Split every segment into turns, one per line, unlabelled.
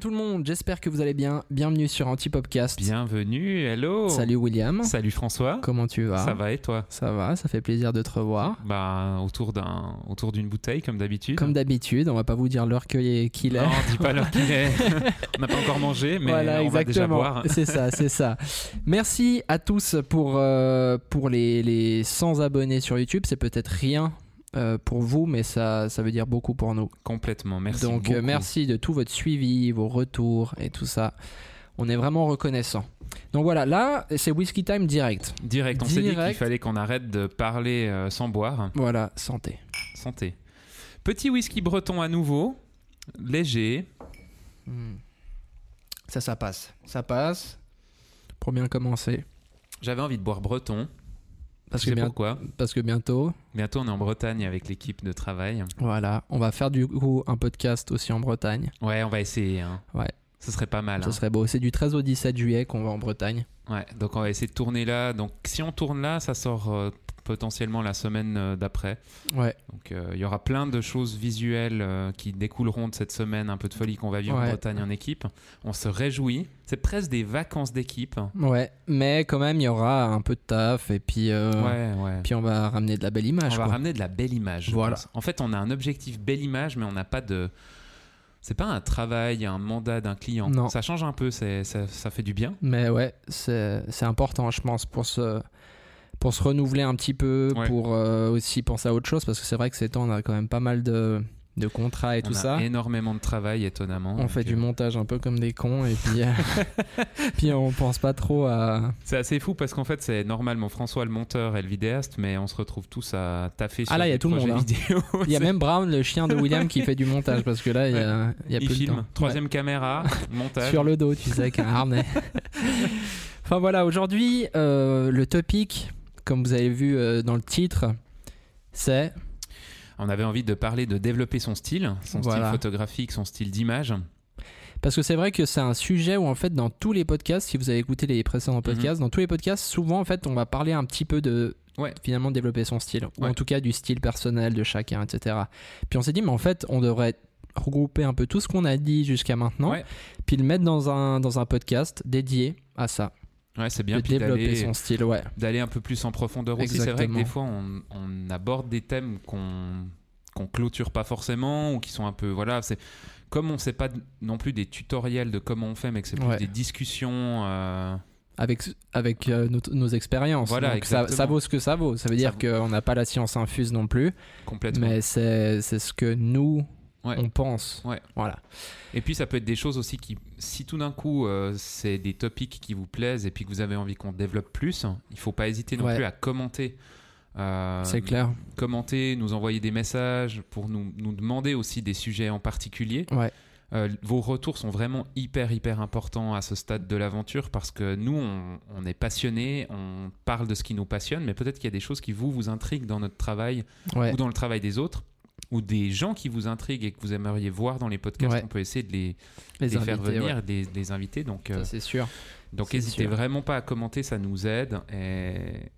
tout le monde, j'espère que vous allez bien. Bienvenue sur Antipopcast.
Bienvenue, hello.
Salut William.
Salut François.
Comment tu vas
Ça va et toi
Ça va, ça fait plaisir de te revoir.
Bah autour d'un autour d'une bouteille comme d'habitude.
Comme d'habitude, on va pas vous dire l'heure qu'il est. qu'il est.
Non, dis pas l'heure qu'il est. on n'a pas encore mangé, mais
voilà,
on
exactement.
va déjà boire.
C'est ça, c'est ça. Merci à tous pour, euh, pour les, les 100 abonnés sur YouTube. C'est peut-être rien euh, pour vous, mais ça, ça veut dire beaucoup pour nous.
Complètement, merci.
Donc euh,
beaucoup.
merci de tout votre suivi, vos retours et tout ça. On est vraiment reconnaissant. Donc voilà, là, c'est Whisky Time direct.
Direct, on s'est dit qu'il
Direct.
fallait qu'on arrête de parler euh, sans boire.
Voilà, santé.
Santé. Petit whisky breton à nouveau, léger.
Hmm. Ça, ça passe. Ça passe. Pour bien commencer.
J'avais envie de boire breton.
Parce
je
que,
sais
bien-
pourquoi.
parce que bientôt,
Bientôt on est en Bretagne avec l'équipe de travail.
voilà, on va faire du coup un podcast aussi en Bretagne.
Ouais, on va essayer. hein.
Ouais.
Ce serait pas mal.
Ce
hein.
serait beau. C'est du 13 au 17 juillet qu'on va en Bretagne.
Ouais, donc on va essayer de tourner là. Donc si on tourne là, ça sort euh, potentiellement la semaine euh, d'après.
Ouais,
Donc euh, il y aura plein de choses visuelles euh, qui découleront de cette semaine un peu de folie qu'on va vivre en
Ouais.
Bretagne en équipe. On se réjouit. C'est presque des vacances d'équipe.
ouais. Mais quand même, il y aura un peu de taf et puis, euh,
Ouais, ouais.
puis on va ramener de la belle
on
image.
va
quoi.
ramener de la belle image. je
Voilà.
pense. En fait, on a un objectif belle image, mais on n'a pas de. C'est pas un travail, un mandat d'un client.
Non.
Ça change un peu, c'est- ça, ça fait du bien.
Mais ouais, c'est c'est important, je pense, pour se, pour se renouveler un petit peu,
Ouais.
pour euh, aussi penser à autre chose, parce que c'est vrai que ces temps, on a quand même pas mal de, de contrats et
on
tout
a
ça.
énormément de travail, étonnamment.
On
Donc,
fait
euh,
du montage un peu comme des cons et puis, euh, puis on pense pas trop à,
C'est assez fou parce qu'en fait, c'est normalement François le monteur et le vidéaste, mais on se retrouve tous à taffer sur
Ah là, il y a
des
tout le
projets
monde, hein.
vidéo.
Il y a même Brown, le chien de William, qui fait du montage parce que là, il y a, il y a
Il
plus de
filme.
temps.
Troisième caméra,
Ouais.
montage.
Sur le dos, tu sais, avec un harnais. enfin voilà, aujourd'hui, euh, le topic, comme vous avez vu euh, dans le titre, c'est.
On avait envie de parler de développer son style, son
Voilà.
style photographique, son style d'image.
Parce que c'est vrai que c'est un sujet où, en fait, dans tous les podcasts, si vous avez écouté les
Mhm.
précédents podcasts, dans tous les podcasts, souvent, en fait, on va parler un petit peu de.
Ouais.
Finalement, de développer son style. Ou en
Ouais.
tout cas, du style personnel de chacun, etc. Puis on s'est dit, mais en fait, on devrait regrouper un peu tout ce qu'on a dit jusqu'à maintenant,
Ouais.
puis le mettre dans un, dans un podcast dédié à ça.
Ouais, c'est bien.
de
puis
développer
d'aller-
son style, ouais.
d'aller un peu plus en profondeur aussi. C'est vrai que
Exactement.
des fois, on, on aborde des thèmes qu'on qu'on clôture pas forcément ou qui sont un peu voilà c'est comme on sait pas d- non plus des tutoriels de comment on fait mais que c'est plus
Ouais.
des discussions euh,
Avec, avec euh, nos, nos expériences.
Voilà,
Donc ça,
exactement.
ça vaut ce que ça vaut. Ça veut
Ça
dire
vaut.
qu'on n'a pas la science infuse non plus,
complètement
mais c'est c'est ce que nous,
Ouais.
on pense.
Ouais.
Voilà.
Et puis ça peut être des choses aussi qui, si tout d'un coup euh, c'est des topics qui vous plaisent et puis que vous avez envie qu'on développe plus, il faut pas hésiter non
Ouais.
plus à commenter. Euh,
C'est clair.
Commenter, nous envoyer des messages pour nous, nous demander aussi des sujets en particulier.
Ouais.
Euh, vos retours sont vraiment hyper hyper importants à ce stade de l'aventure parce que nous on, on est passionnés, on parle de ce qui nous passionne, mais peut-être qu'il y a des choses qui vous vous intriguent dans notre travail
Ouais.
ou dans le travail des autres ou des gens qui vous intriguent et que vous aimeriez voir dans les podcasts,
Ouais.
on peut essayer de les,
Les,
les, faire
invités,
venir,
ouais.
des les, inviter. Donc, euh,
Ça, c'est sûr.
donc
c'est
n'hésitez
sûr.
vraiment pas à commenter, ça nous aide et,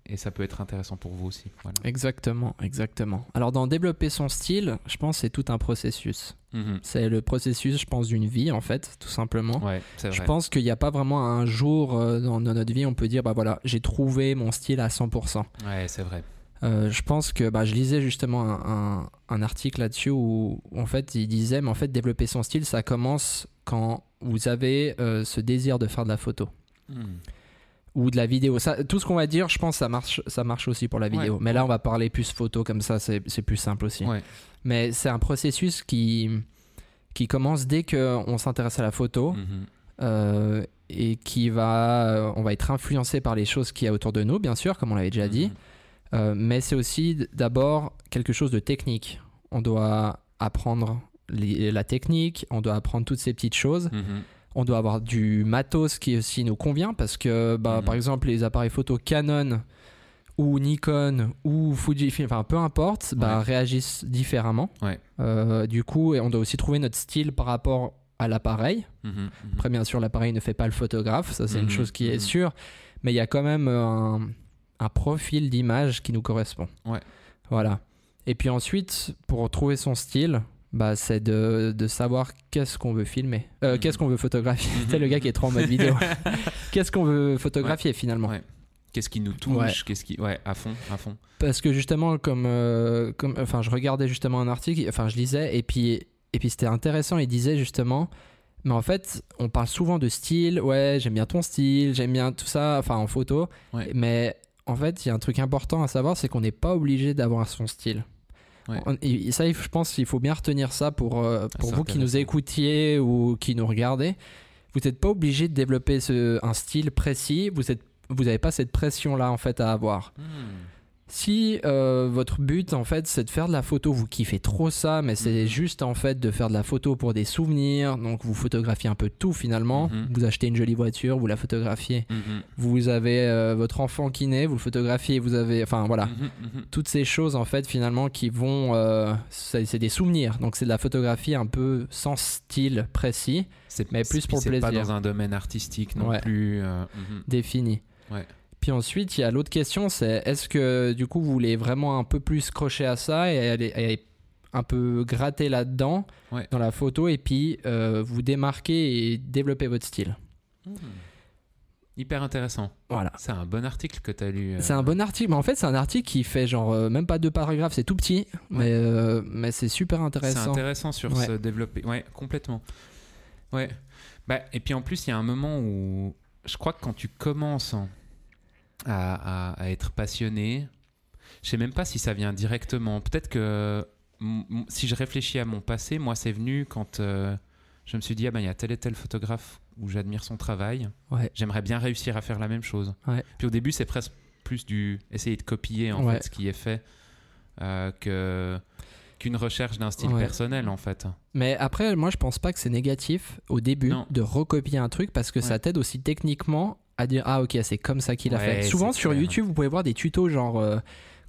et ça peut être intéressant pour vous aussi. Voilà.
Exactement, exactement. Alors, dans développer son style, je pense que c'est tout un processus.
Mhm.
C'est le processus, je pense, d'une vie, en fait, tout simplement.
Ouais, c'est
Je
vrai.
pense qu'il n'y a pas vraiment un jour euh, dans, dans notre vie, on peut dire, bah voilà, j'ai trouvé mon style à 100%.
Ouais, c'est vrai.
Euh, je pense que bah, je lisais justement un, un- un article là-dessus où, où en fait il disait mais en fait développer son style ça commence quand vous avez euh, ce désir de faire de la photo
Mhm.
ou de la vidéo ça tout ce qu'on va dire je pense ça marche ça marche aussi pour la vidéo
Ouais.
mais là on va parler plus photo comme ça c'est c'est plus simple aussi
Ouais.
mais c'est un processus qui qui commence dès que on s'intéresse à la photo
Mhm.
euh, et qui va euh, on va être influencé par les choses qu'il y a autour de nous bien sûr comme on l'avait déjà dit
Mhm.
euh, mais c'est aussi d- d'abord quelque chose de technique. On doit apprendre les- la technique, on doit apprendre toutes ces petites choses.
Mhm.
On doit avoir du matos qui aussi nous convient parce que, bah,
Mhm.
par exemple, les appareils photo Canon ou Nikon ou Fujifilm, enfin peu importe, bah,
Ouais.
réagissent différemment.
Ouais.
Euh, du coup, et on doit aussi trouver notre style par rapport à l'appareil.
Mhm. Mhm.
Après, bien sûr, l'appareil ne fait pas le photographe, ça c'est
Mhm,
une chose qui est
mhm.
sûre, mais il y a quand même euh, un, un profil d'image qui nous correspond.
Ouais.
Voilà. Et puis ensuite, pour trouver son style, bah, c'est de, de savoir qu'est-ce qu'on veut filmer, Euh,
Mhm.
qu'est-ce qu'on veut photographier.
Mhm.
C'est le gars qui est trop en mode vidéo. qu'est-ce qu'on veut photographier finalement
Ouais. Qu'est-ce qui nous touche
Ouais.
Qu'est-ce qui ouais à fond à fond.
Parce que justement, comme, euh, comme, enfin, je regardais justement un article, enfin, je lisais, et puis, et puis c'était intéressant. Il disait justement, mais en fait, on parle souvent de style. Ouais, j'aime bien ton style, j'aime bien tout ça, enfin, en photo.
Ouais.
Mais en fait, il y a un truc important à savoir, c'est qu'on n'est pas obligé d'avoir son style.
Ouais. Ah,
On- et ça, je pense qu'il faut bien retenir ça pour, euh, pour
c'est
vous qui nous
intéressant.
écoutiez ou qui nous regardez. Vous n'êtes pas obligé de développer ce- un style précis. Vous n'avez vous avez pas cette pression-là, en fait, à avoir. Si euh, votre but en fait c'est de faire de la photo, vous kiffez trop ça, mais c'est
Mhm.
juste en fait de faire de la photo pour des souvenirs, donc vous photographiez un peu tout finalement,
Mhm.
vous achetez une jolie voiture, vous la photographiez,
Mhm, mhm,
vous avez euh, votre enfant qui naît, vous le photographiez, vous avez, enfin voilà,
mhm, mhm.
toutes ces choses en fait finalement qui vont, euh, c'est c'est des souvenirs, donc c'est de la photographie un peu sans style précis,
C'est
Mais plus
puis
pour
c'est
le
pas
plaisir.
dans un domaine artistique non
Ouais.
plus. euh, mhm.
défini.
Ouais.
Puis ensuite, il y a l'autre question, c'est est-ce que du coup vous voulez vraiment un peu plus crocher à ça et aller et un peu gratter là-dedans
Ouais.
dans la photo et puis euh, vous démarquer et développer votre style.
Mhm. Hyper intéressant.
Voilà.
C'est un bon article que tu as lu. euh,
C'est un bon article, mais en fait c'est un article qui fait genre euh, même pas deux paragraphes, c'est tout petit, mais, euh, mais c'est super
C'est
intéressant.
intéressant sur
Ouais.
se développer. Ouais, complètement. Ouais. Bah, et puis en plus, il y a un moment où je crois que quand tu commences en- à, à- à être passionné, je sais même pas si ça vient directement. Peut-être que m- m- si je réfléchis à mon passé, moi, c'est venu quand euh, je me suis dit, ah ben, il y a tel et tel photographe où j'admire son travail.
Ouais.
J'aimerais bien réussir à faire la même chose.
Ouais.
Puis au début, c'est presque plus du essayer de copier en
Ouais.
fait ce qui est fait euh, que qu'une recherche d'un style
Ouais.
personnel en fait.
Mais après, moi je pense pas que c'est négatif au début
Non.
de recopier un truc parce que ça
Ouais.
t'aide aussi techniquement à dire ah ok c'est comme ça qu'il a
Ouais,
fait. Souvent
c'est
sur
clair.
YouTube vous pouvez voir des tutos genre euh,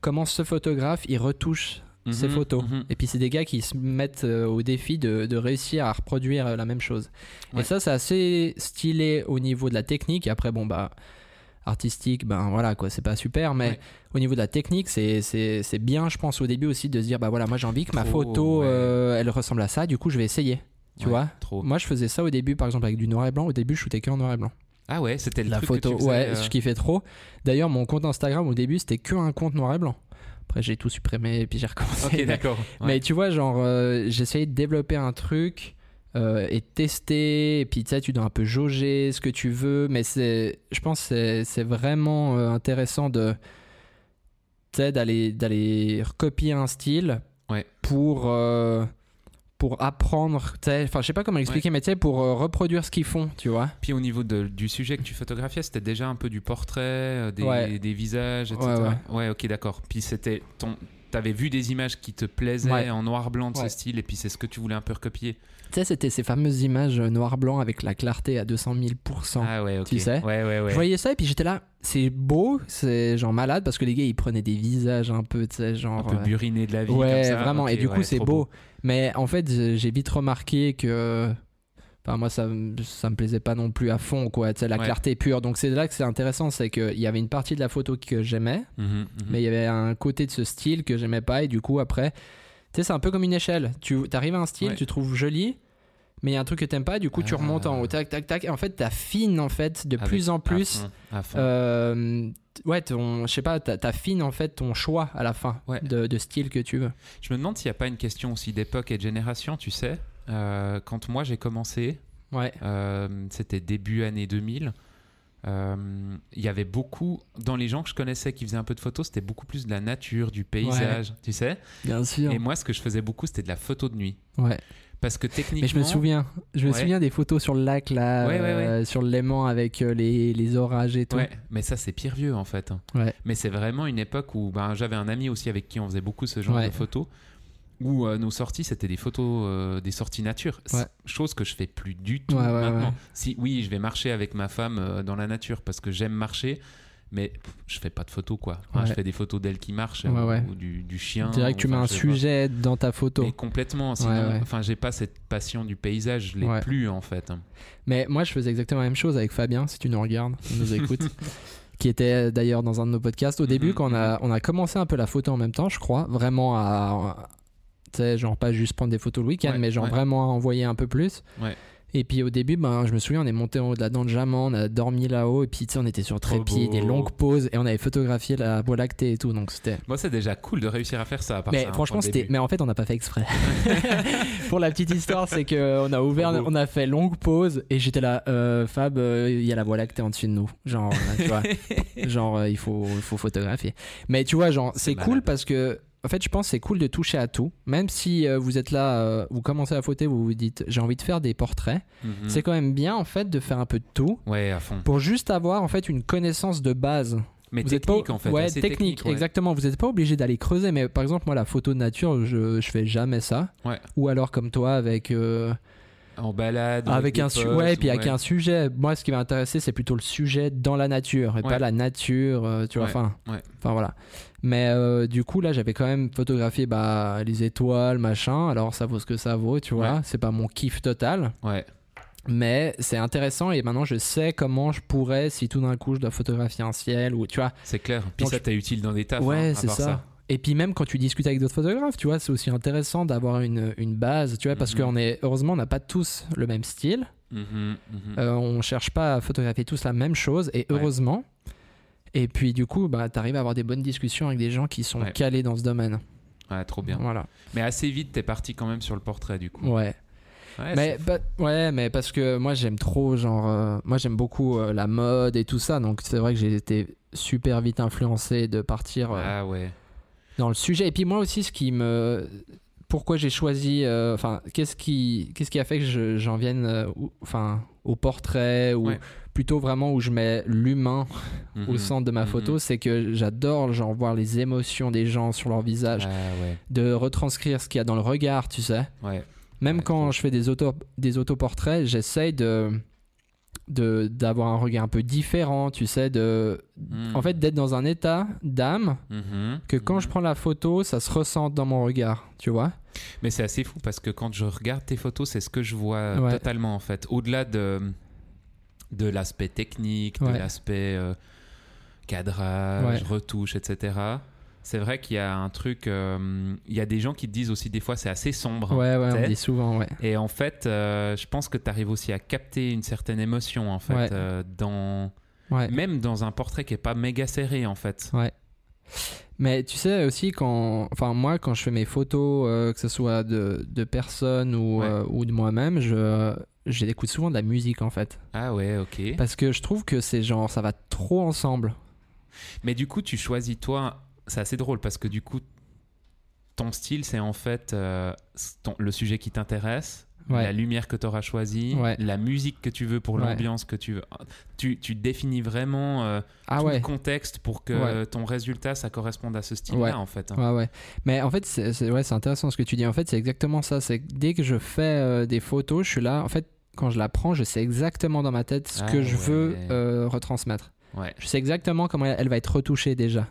comment ce photographe il retouche ses
Mhm,
photos.
mhm.
Et puis c'est des gars qui se mettent euh, au défi de, de réussir à reproduire euh, la même chose.
Ouais.
Et ça, c'est assez stylé au niveau de la technique. Et après, bon, bah, artistique, ben voilà, quoi, c'est pas super. Mais
Ouais.
au niveau de la technique, c'est- c'est c'est bien, je pense, au début aussi de se dire, bah voilà, moi j'ai envie que ma
Trop,
photo,
ouais.
euh, elle ressemble à ça, du coup, je vais essayer. Tu
Ouais,
vois
trop.
Moi, je faisais ça au début, par exemple, avec du noir et blanc. Au début, je shootais que en noir et blanc.
Ah ouais, c'était le
La
truc
photo,
que tu faisais,
ouais,
euh,
je kiffais trop. D'ailleurs, mon compte Instagram, au début, c'était que un compte noir et blanc. Après, j'ai tout supprimé et puis j'ai recommencé.
Ok, d'accord. Ouais.
Mais tu vois, genre, euh, j'essayais de développer un truc euh, et de tester. Et puis, tu sais, tu dois un peu jauger ce que tu veux. Mais c'est, je pense que c'est- c'est vraiment euh, intéressant de, tu sais, d'aller, d'aller recopier un style
Ouais.
pour, euh, pour apprendre. tu sais. Enfin, je sais pas comment l'expliquer, mais tu sais, pour euh, reproduire ce qu'ils font, tu vois.
Puis au niveau de- du sujet que tu photographiais, c'était déjà un peu du portrait, euh, des,
Ouais.
des visages, etc.
Ouais,
Ouais, ok, d'accord. Puis c'était ton. T'avais vu des images qui te plaisaient
Ouais.
en noir blanc de
Ouais.
ce style, et puis c'est ce que tu voulais un peu recopier.
Tu sais, c'était ces fameuses images euh, noir-blanc avec la clarté à 200 000%.
Ah ouais, ok.
Tu sais
Ouais, ouais, ouais.
Je voyais ça et puis j'étais là, c'est beau, c'est genre malade parce que les gars ils prenaient des visages un peu, tu sais,
un
genre.
peu
euh,
buriné de la vie.
ouais,
comme ça.
vraiment,
Ok,
et du coup
ouais,
c'est
trop
beau. Mais en fait, j'ai j'ai vite remarqué que. Enfin, moi ça, me- ça me plaisait pas non plus à fond, quoi, tu sais, la
Ouais.
clarté pure. Donc c'est là que c'est intéressant, c'est qu'il y avait une partie de la photo que j'aimais,
Mhm, mhm.
mais il y avait un côté de ce style que j'aimais pas et du coup après, tu sais, c'est un peu comme une échelle. Tu arrives à un style,
Ouais.
tu trouves joli. Mais il y a un truc que t'aimes pas, du coup tu
Ah.
remontes en haut, tac, tac, tac. Et en fait, t'affines en fait de
Avec-
plus en
à
plus
fond, à fond.
euh, ouais, ton, je sais pas, t'a- t'affines en fait ton choix à la fin
Ouais.
de, de style que tu veux.
Je me demande s'il n'y a pas une question aussi d'époque et de génération, tu sais. Euh, quand moi j'ai commencé,
Ouais.
euh, c'était début année 2000, euh, il y avait beaucoup, dans les gens que je connaissais qui faisaient un peu de photos, c'était beaucoup plus de la nature, du paysage, tu sais.
Bien sûr.
Et moi ce que je faisais beaucoup, c'était de la photo de nuit.
Ouais.
Parce que techniquement...
Mais je me souviens, je me
Ouais.
souviens des photos sur le lac là,
Ouais, ouais, ouais.
euh, sur le Léman avec euh, les, les orages et tout.
Ouais, mais ça c'est pire vieux en fait.
Ouais.
Mais c'est vraiment une époque où ben, j'avais un ami aussi avec qui on faisait beaucoup ce genre
Ouais.
de photos, où euh, nos sorties c'était des photos, euh, des sorties nature, C'est
Ouais.
chose que je fais plus du tout
Ouais, ouais,
maintenant.
ouais.
Si oui, je vais marcher avec ma femme euh, dans la nature parce que j'aime marcher. Mais pff, je fais pas de photos quoi. Hein,
Ouais.
Je fais des photos d'elle qui marche
Ouais,
euh,
ouais.
ou du, du chien.
Je dirais que
ou
tu mets
enfin,
un
je sais
sujet dans ta
pas.
photo.
Mais complètement. Sinon,
ouais.
enfin, j'ai pas cette passion du paysage. Je l'ai
Ouais.
plus en fait.
Mais moi, je faisais exactement la même chose avec Fabien, si tu nous regardes, on nous écoute, qui était d'ailleurs dans un de nos podcasts. Au début,
Mhm,
quand on a, on a commencé un peu la photo en même temps, je crois, vraiment à. Tu sais, genre pas juste prendre des photos le week-end,
Ouais,
mais genre
ouais.
vraiment envoyer un peu plus.
Ouais.
Et puis au début, ben, je me souviens, on est monté en haut de la dent de Jaman, on a dormi là-haut, et puis tu sais, on était sur
Trop
trépied, des
Oh beau.
longues pauses, et on avait photographié la voie lactée et tout, donc c'était.
Moi, c'est déjà cool de réussir à faire ça. à part
Mais
ça, hein,
franchement,
au
c'était.
début.
Mais en fait, on n'a pas fait exprès. Pour la petite histoire, c'est que on a ouvert,
Trop beau.
on a fait longue pause et j'étais là, euh, Fab, euh, il y a la voie lactée en dessus de nous. Genre, euh, tu vois, genre euh, il faut, il faut photographier. Mais tu vois, genre, c'est cool
malade.
parce que. En fait, je pense que c'est cool de toucher à tout. Même si euh, vous êtes là, euh, vous commencez à photer, vous vous dites j'ai envie de faire des portraits.
Mhm.
C'est quand même bien en fait de faire un peu de tout
Ouais, à fond.
pour juste avoir en fait une connaissance de base
Mais
vous êtes
technique,
pas...
en fait.
Ouais,
assez
technique,
ouais.
exactement. Vous n'êtes pas obligé d'aller creuser, mais par exemple, moi, la photo de nature, je, je fais jamais ça.
Ouais.
Ou alors, comme toi, avec, euh,
En balade. ou
Ah, avec
des
un sujet.
potes,
Ouais, et puis
ou-
avec un sujet. Moi, ce qui m'a intéressé, c'est plutôt le sujet dans la nature et
Ouais.
pas la nature, euh, tu vois.
Ouais,
Enfin,
ouais.
enfin, voilà. Mais euh, du coup, là, j'avais quand même photographié bah, les étoiles, machin. Alors, ça vaut ce que ça vaut, tu vois.
Ouais.
C'est pas mon kiff total.
Ouais.
Mais c'est intéressant et maintenant, je sais comment je pourrais, si tout d'un coup, je dois photographier un ciel ou, tu vois.
C'est clair. Puis
Donc,
ça, t'es utile dans des tafs.
Ouais,
hein, à
c'est
part
ça. Et puis même quand tu discutes avec d'autres photographes, tu vois, c'est aussi intéressant d'avoir une, une base, tu vois, parce
Mhm.
qu'on est heureusement on n'a pas tous le même style,
Mhm, mhm.
Euh, on cherche pas à photographier tous la même chose, et
Ouais.
heureusement. Et puis du coup, bah, t'arrives à avoir des bonnes discussions avec des gens qui sont
Ouais.
calés dans ce domaine.
Ouais, trop bien.
Voilà.
Mais assez vite, t'es parti quand même sur le portrait, du coup.
Ouais.
Ouais,
mais bah, ouais, mais parce que moi j'aime trop genre, euh, moi j'aime beaucoup euh, la mode et tout ça, donc c'est vrai que j'ai été super vite influencé de partir. euh,
Ah ouais.
dans le sujet. Et puis moi aussi, ce qui me... Pourquoi j'ai choisi... euh, Enfin, qu'est-ce qui, qu'est-ce qui a fait que je- j'en vienne euh, ou- enfin, au portrait ou
Ouais.
plutôt vraiment où je mets l'humain au
Mhm.
centre de ma
mhm.
photo, c'est que j'adore genre voir les émotions des gens sur leur
Ah
visage,
ouais.
de retranscrire ce qu'il y a dans le regard, tu sais.
Ouais.
Même
Ouais,
quand
trop.
je fais des, auto, des autoportraits, j'essaye de de- d'avoir un regard un peu différent, tu sais, de,
Mhm.
en fait d'être dans un état d'âme
Mhm,
que quand
mhm.
je prends la photo, ça se ressent dans mon regard, tu vois.
Mais c'est assez fou parce que quand je regarde tes photos, c'est ce que je vois euh,
Ouais.
totalement en fait. Au-delà de, de l'aspect technique, de
Ouais.
l'aspect euh, cadrage,
Ouais.
retouche, etc. C'est vrai qu'il y a un truc. euh, il y a des gens qui te disent aussi des fois c'est assez sombre.
Ouais, ouais, on
t'sais.
me dit souvent, ouais.
Et en fait, euh, je pense que tu arrives aussi à capter une certaine émotion en fait,
Ouais.
euh, dans...
ouais.
même dans un portrait qui est pas méga serré en fait.
Mais tu sais aussi, quand, enfin, moi, quand je fais mes photos, euh, que ce soit de, de personnes ou,
Ouais.
euh, ou de moi-même, je, j'écoute souvent de la musique en fait.
Ah ouais, ok.
Parce que je trouve que c'est genre, ça va trop ensemble.
Mais du coup, tu choisis toi. C'est assez drôle parce que du coup, ton style, c'est en fait euh, ton- le sujet qui t'intéresse, la
Ouais.
lumière que tu auras choisie,
Ouais.
la musique que tu veux pour
Ouais.
l'ambiance que tu veux. Tu, tu définis vraiment euh,
Ah
tout
ouais.
le contexte pour que
Ouais.
ton résultat, ça corresponde à ce style-là
Ouais.
en fait. hein.
Ouais, ouais. Mais en fait, c'est c'est- ouais, c'est intéressant ce que tu dis. En fait, c'est exactement ça. C'est que dès que je fais euh, des photos, je suis là. En fait, quand je la prends, je sais exactement dans ma tête ce
Ah
que je veux
ouais.
euh, retransmettre.
Ouais.
Je sais exactement comment elle, elle va être retouchée déjà.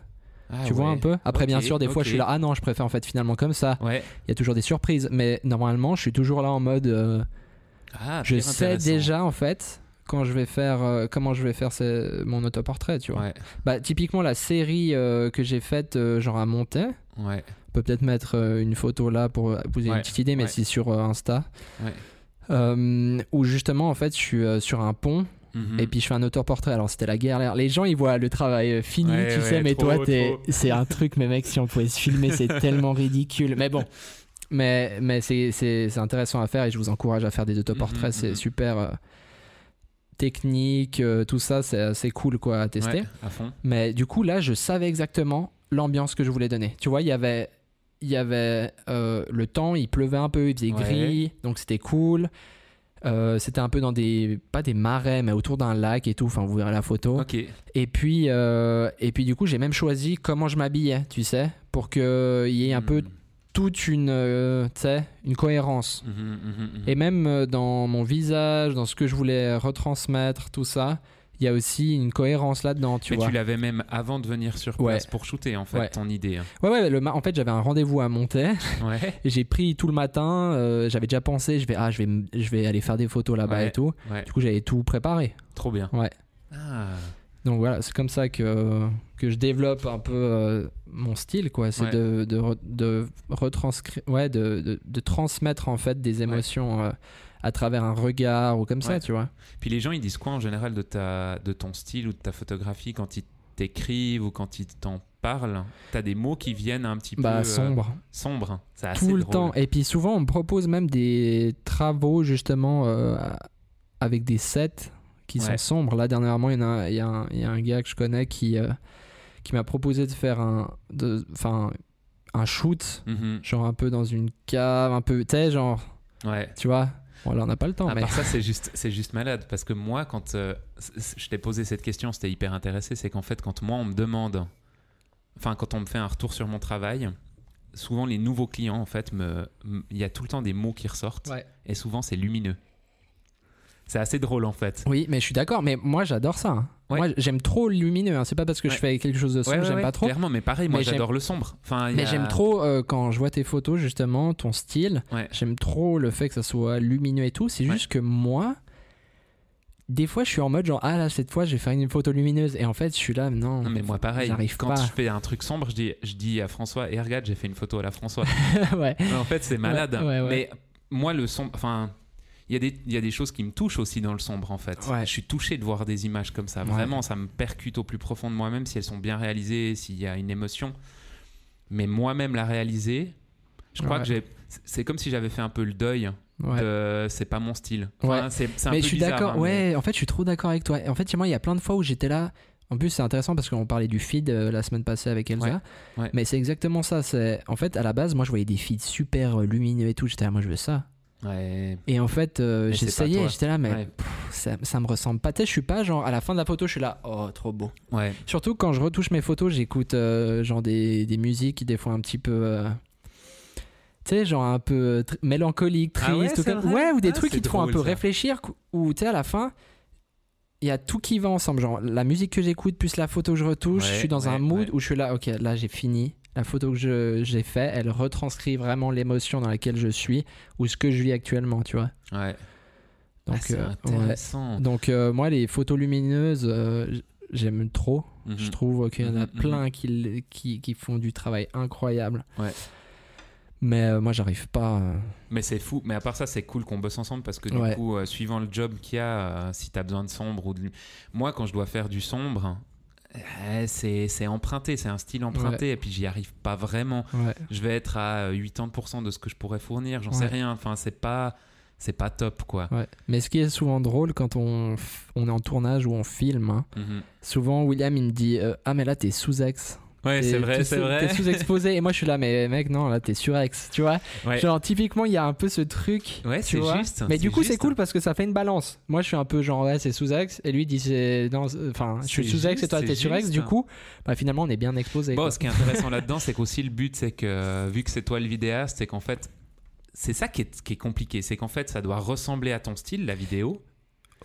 Ah
tu vois
ouais.
un peu Après,
Ok,
bien sûr, des fois,
ok.
je suis là. Ah non, je préfère en fait finalement comme ça.
Ouais.
Il y a toujours des surprises. Mais normalement, je suis toujours là en mode. euh,
Ah,
je
hyper
sais
intéressant.
déjà en fait quand je vais faire euh, comment je vais faire ce- mon autoportrait. Tu vois.
Ouais.
Bah typiquement la série euh, que j'ai faite euh, genre à Montaix.
Ouais.
On peut peut-être mettre euh, une photo là pour euh, vous donner
Ouais,
une petite idée, mais
ouais.
c'est sur euh, Insta.
Ouais.
Euh, où justement, en fait, je suis euh, sur un pont
Mhm.
et puis je fais un autoportrait. Alors, c'était la galère. Les gens, ils voient le travail euh, fini,
Ouais,
tu
ouais,
sais, mais
trop,
toi, t'es-
trop.
c'est un truc, mais mec, si on pouvait se filmer, c'est tellement ridicule. Mais bon, mais, mais c'est, c'est- c'est intéressant à faire et je vous encourage à faire des autoportraits.
Mhm,
c'est
mhm.
super euh, technique, euh, tout ça, c'est assez cool quoi à tester.
Ouais, à fond.
Mais du coup, là, je savais exactement l'ambiance que je voulais donner. Tu vois, il y avait, il y avait euh, le temps, il pleuvait un peu, il faisait
Ouais.
gris, donc c'était cool. Euh, c'était un peu dans des, pas des marais, mais autour d'un lac et tout. Enfin, vous verrez la photo.
Ok.
Et puis, euh, et puis du coup, j'ai même choisi comment je m'habillais, tu sais, pour qu'il y ait un
Hmm.
peu toute une, euh, tu sais, une cohérence.
Mhm, mhm, mhm.
Et même euh, dans mon visage, dans ce que je voulais retransmettre, tout ça, il y a aussi une cohérence là-dedans, tu
mais
vois.
tu l'avais même avant de venir sur
Ouais.
place pour shooter en fait
Ouais.
ton idée. hein.
Ouais, ouais, le ma- en fait, j'avais un rendez-vous à Montaix.
Ouais,
J'ai pris tout le matin. euh, j'avais déjà pensé, je vais, ah, je, vais, m- je vais aller faire des photos là-bas
Ouais.
et tout.
ouais,
Du coup, j'avais tout préparé.
trop bien.
Ouais.
Ah,
Donc voilà, c'est comme ça que, que je développe un peu euh, mon style, quoi. C'est
Ouais.
de, de, re- de retranscrire, ouais, de, de, de transmettre en fait des émotions euh, à travers un regard ou comme ça,
Ouais.
tu vois.
Puis les gens, ils disent quoi en général de, ta, de ton style ou de ta photographie quand ils t'écrivent ou quand ils t'en parlent T'as des mots qui viennent un petit
Bah
peu euh,
sombre.
sombre. C'est assez
tout le
drôle.
temps. Et puis souvent, on me propose même des travaux justement euh, avec des sets qui
Ouais.
sont sombres. Là, dernièrement, il y, en a, il y a un, il y a un gars que je connais qui, euh, qui m'a proposé de faire un, de, enfin, un shoot,
Mhm.
genre un peu dans une cave, un peu, tu sais, genre,
Ouais.
tu vois. Bon, là, on n'a pas le temps,
à
mais.
part Ah, ça, c'est juste, c'est juste malade. Parce que moi, quand euh, c- c- je t'ai posé cette question, c'était hyper intéressé. C'est qu'en fait, quand moi, on me demande, enfin, quand on me fait un retour sur mon travail, souvent les nouveaux clients, en fait, me- m- il y a tout le temps des mots qui ressortent.
Ouais.
Et souvent, c'est lumineux. C'est assez drôle, en fait.
Oui, mais je suis d'accord, mais moi j'adore ça. hein.
Ouais.
Moi j'aime trop le lumineux, hein. c'est pas parce que je
Ouais.
fais quelque chose de sombre,
Ouais, ouais,
j'aime
ouais,
pas trop.
Clairement, mais pareil, moi,
Mais j'aime-
j'adore le sombre. Enfin, il y
Mais
a-
j'aime trop euh, quand je vois tes photos, justement, ton style.
Ouais.
J'aime trop le fait que ça soit lumineux et tout. C'est juste que moi, des fois, je suis en mode genre, ah là, cette fois, je vais faire une photo lumineuse. Et en fait, je suis là, non.
Non, mais moi, pareil.
J'arrive
Quand
pas.
je fais un truc sombre, je dis, je dis à François, et regarde, j'ai fait une photo à la François.
ouais.
Mais en fait, c'est malade.
Ouais, ouais, ouais.
Mais moi, le sombre. Enfin, il y, a des- il y a des choses qui me touchent aussi dans le sombre, en fait.
Ouais.
Je suis touché de voir des images comme ça.
Ouais.
Vraiment, ça me percute au plus profond de moi-même si elles sont bien réalisées, s'il y a une émotion. Mais moi-même la réaliser, je crois
Ouais.
que j'ai. c'est- C'est comme si j'avais fait un peu le deuil.
ouais.
de C'est pas mon style. Enfin, c'est c'est Euh, un
mais
peu
je suis
bizarre,
d'accord,
hein, mais-
ouais, en fait, je suis trop d'accord avec toi. Et En fait, chez moi, il y a plein de fois où j'étais là. En plus, c'est intéressant parce qu'on parlait du feed euh, la semaine passée avec Elsa.
Ouais, ouais.
Mais c'est exactement ça. C'est En fait, à la base, moi, je voyais des feeds super euh, lumineux et tout. J'étais là, moi, je veux ça.
Ouais.
Et en fait, euh,
Mais c'est pas
j'essayais,
toi.
j'étais là, mais
Ouais.
pff, ça, ça me ressemble pas. Tu sais, je suis pas genre à la fin de la photo, je suis là, oh, trop beau.
Ouais.
Surtout quand je retouche mes photos, j'écoute euh, genre des, des musiques, des fois un petit peu. euh, tu sais, genre un peu euh, tr- mélancolique, triste,
Ah ouais,
ou,
c'est
comme-
vrai
ouais, ou des
Ah,
trucs qui
c'est
te font un
drôle,
peu
ça.
réfléchir, cou- ou tu sais, à la fin, il y a tout qui va ensemble. Genre la musique que j'écoute, plus la photo que je retouche, je
Ouais,
suis dans un
ouais,
mood
ouais.
où je suis là, ok, là j'ai fini. La photo que je- j'ai fait, elle retranscrit vraiment l'émotion dans laquelle je suis ou ce que je vis actuellement, tu vois.
Ouais.
Donc,
Ah, c'est
euh, ouais.
intéressant.
Donc euh, moi, les photos lumineuses, euh, j- j'aime trop.
Mhm.
Je trouve qu'il y en a
Mhm, mhm.
plein qui, l- qui, qui font du travail incroyable.
Ouais.
Mais euh, moi, j'arrive pas. euh,
Mais c'est fou. Mais à part ça, c'est cool qu'on bosse ensemble parce que du
Ouais.
coup, euh, suivant le job qu'il y a, euh, si t'as besoin de sombre ou de. lu- Moi, quand je dois faire du sombre, euh, c'est c'est emprunté, c'est un style emprunté et puis j'y arrive pas vraiment.
ouais.
Je vais être à euh, 80% de ce que je pourrais fournir, j'en sais
Ouais.
rien. Enfin, c'est pas. C'est pas top quoi.
Ouais. Mais ce qui est souvent drôle quand on, f- on est en tournage ou on filme, hein,
Mhm.
souvent William il me dit euh, Ah, mais là t'es sous-ex.
Ouais,
T'es-
Eh, c'est vrai,
t'es
c'est
sous-
vrai.
T'es sous-exposé. Et moi je suis là, mais mec, non, là t'es surex. Tu vois
Ouais.
Genre, typiquement, il y a un peu ce truc.
Ouais,
tu
c'est
vois.
juste,
Mais du
c'est
coup, c'est
juste.
cool parce que ça fait une balance. Moi, je suis un peu genre, ouais, c'est sous-axe. Et lui, il dit, c'est- non, c'est- enfin, je suis
C'est
sous-axe et
juste,
toi,
c'est
t'es sur-axe.
juste.
Du coup, bah, finalement, on est bien exposé.
Bon, ce qui est intéressant là-dedans, c'est qu'aussi le but, c'est que euh, vu que c'est toi le vidéaste, c'est qu'en fait, c'est ça qui est, qui est compliqué, c'est qu'en fait, ça doit ressembler à ton style, la vidéo.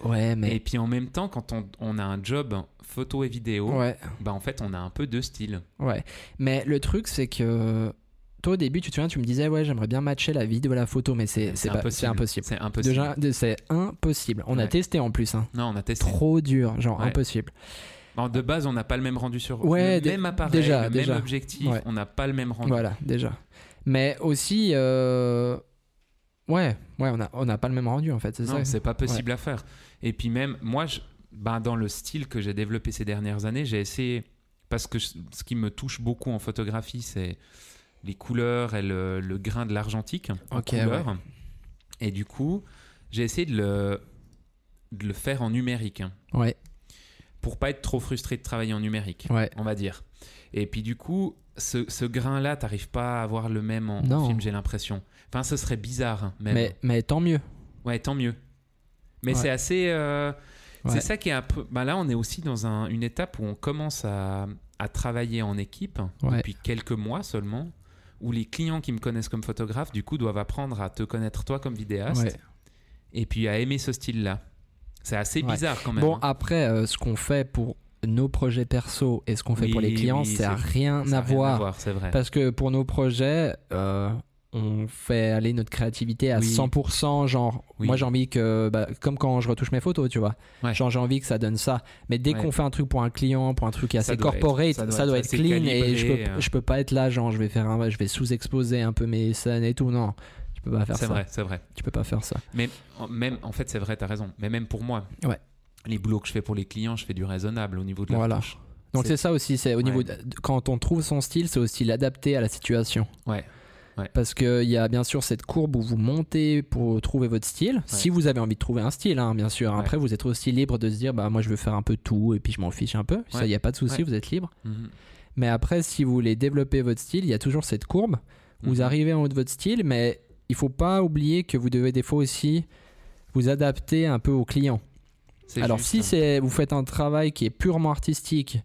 Ouais, mais.
Et puis en même temps, quand on, on a un job photo et vidéo,
Ouais,
bah en fait, on a un peu deux styles.
ouais. Mais le truc, c'est que. Toi, au début, tu te souviens, tu me disais, ouais, j'aimerais bien matcher la vidéo à la photo, mais c'est c'est pas- c'est impossible.
C'est impossible.
Déjà, de- c'est impossible. On a
Ouais.
testé en plus, hein.
Non, on a testé.
Trop dur, genre
Ouais.
impossible.
Bon, de base, on n'a pas le même rendu sur
Ouais,
le
dé-
même appareil,
déjà,
le
déjà.
même objectif.
Ouais.
On n'a pas le même rendu.
Voilà, déjà. Mais aussi, euh, ouais, ouais, on a, on a pas le même rendu en fait, c'est ça.
Non, c'est pas possible à faire. Et puis même, moi, je, ben, dans le style que j'ai développé ces dernières années, j'ai essayé, parce que je- ce qui me touche beaucoup en photographie, c'est les couleurs et le, le grain de l'argentique en
Ok,
couleur. Et du coup, j'ai essayé de le, de le faire en numérique, hein,
Ouais,
pour pas être trop frustré de travailler en numérique,
ouais.
on va dire. Et puis du coup, ce, ce grain-là, t'arrives pas à avoir le même en, en
Non.
film, j'ai l'impression. Enfin, ce serait bizarre, hein, même.
Mais, mais tant mieux.
Ouais, tant mieux. Mais
Ouais.
c'est assez. euh,
Ouais.
C'est ça qui est un peu. Bah là, on est aussi dans un- une étape où on commence à, à travailler en équipe
Ouais.
depuis quelques mois seulement, où les clients qui me connaissent comme photographe, du coup, doivent apprendre à te connaître toi comme vidéaste
Ouais.
et puis à aimer ce style-là. C'est assez
Ouais.
bizarre quand même.
Bon,
hein.
après, euh, ce qu'on fait pour nos projets perso et ce qu'on fait pour
Oui,
les clients,
oui,
ça n'a
c'est-
rien
Ça
à
a rien
voir.
C'est vrai.
Parce que pour nos projets, euh, on fait aller notre créativité à
Oui.
100%. Genre,
Oui.
moi j'ai envie que, bah, comme quand je retouche mes photos, tu vois,
Ouais.
genre j'ai envie que ça donne ça. Mais dès
Ouais.
qu'on fait un truc pour un client, pour un truc qui est
Ça
assez
doit être-
corporate,
ça
ça
doit
doit,
être
être
assez
clean et je
calibré,
peux,
euh.
je peux pas être là, genre je vais faire un, je vais sous-exposer un peu mes scènes et tout. Non, tu peux pas faire
C'est
ça.
vrai, c'est vrai.
Tu peux pas faire ça.
Mais en- même, en fait, c'est vrai, t'as raison. Mais même pour moi,
Ouais.
les boulots que je fais pour les clients, je fais du raisonnable au niveau de la
Voilà.
retouche.
Donc
C'est-
c'est ça aussi, c'est au
Ouais.
niveau de- quand on trouve son style, c'est aussi l'adapter à la situation.
Ouais. Ouais.
Parce que il y a bien sûr cette courbe où vous montez pour trouver votre style. Si vous avez envie de trouver un style, hein, bien sûr. Après, vous êtes aussi libre de se dire, bah moi je veux faire un peu tout et puis je m'en fiche un peu. Ça,
Ouais.
il y a pas de souci,
Ouais.
vous êtes libre.
Mhm.
Mais après, si vous voulez développer votre style, il y a toujours cette courbe. où Vous
Mhm.
arrivez en haut de votre style, mais il faut pas oublier que vous devez des fois aussi vous adapter un peu au client.
C'est
Alors
juste,
si
hein.
c'est vous faites un travail qui est purement artistique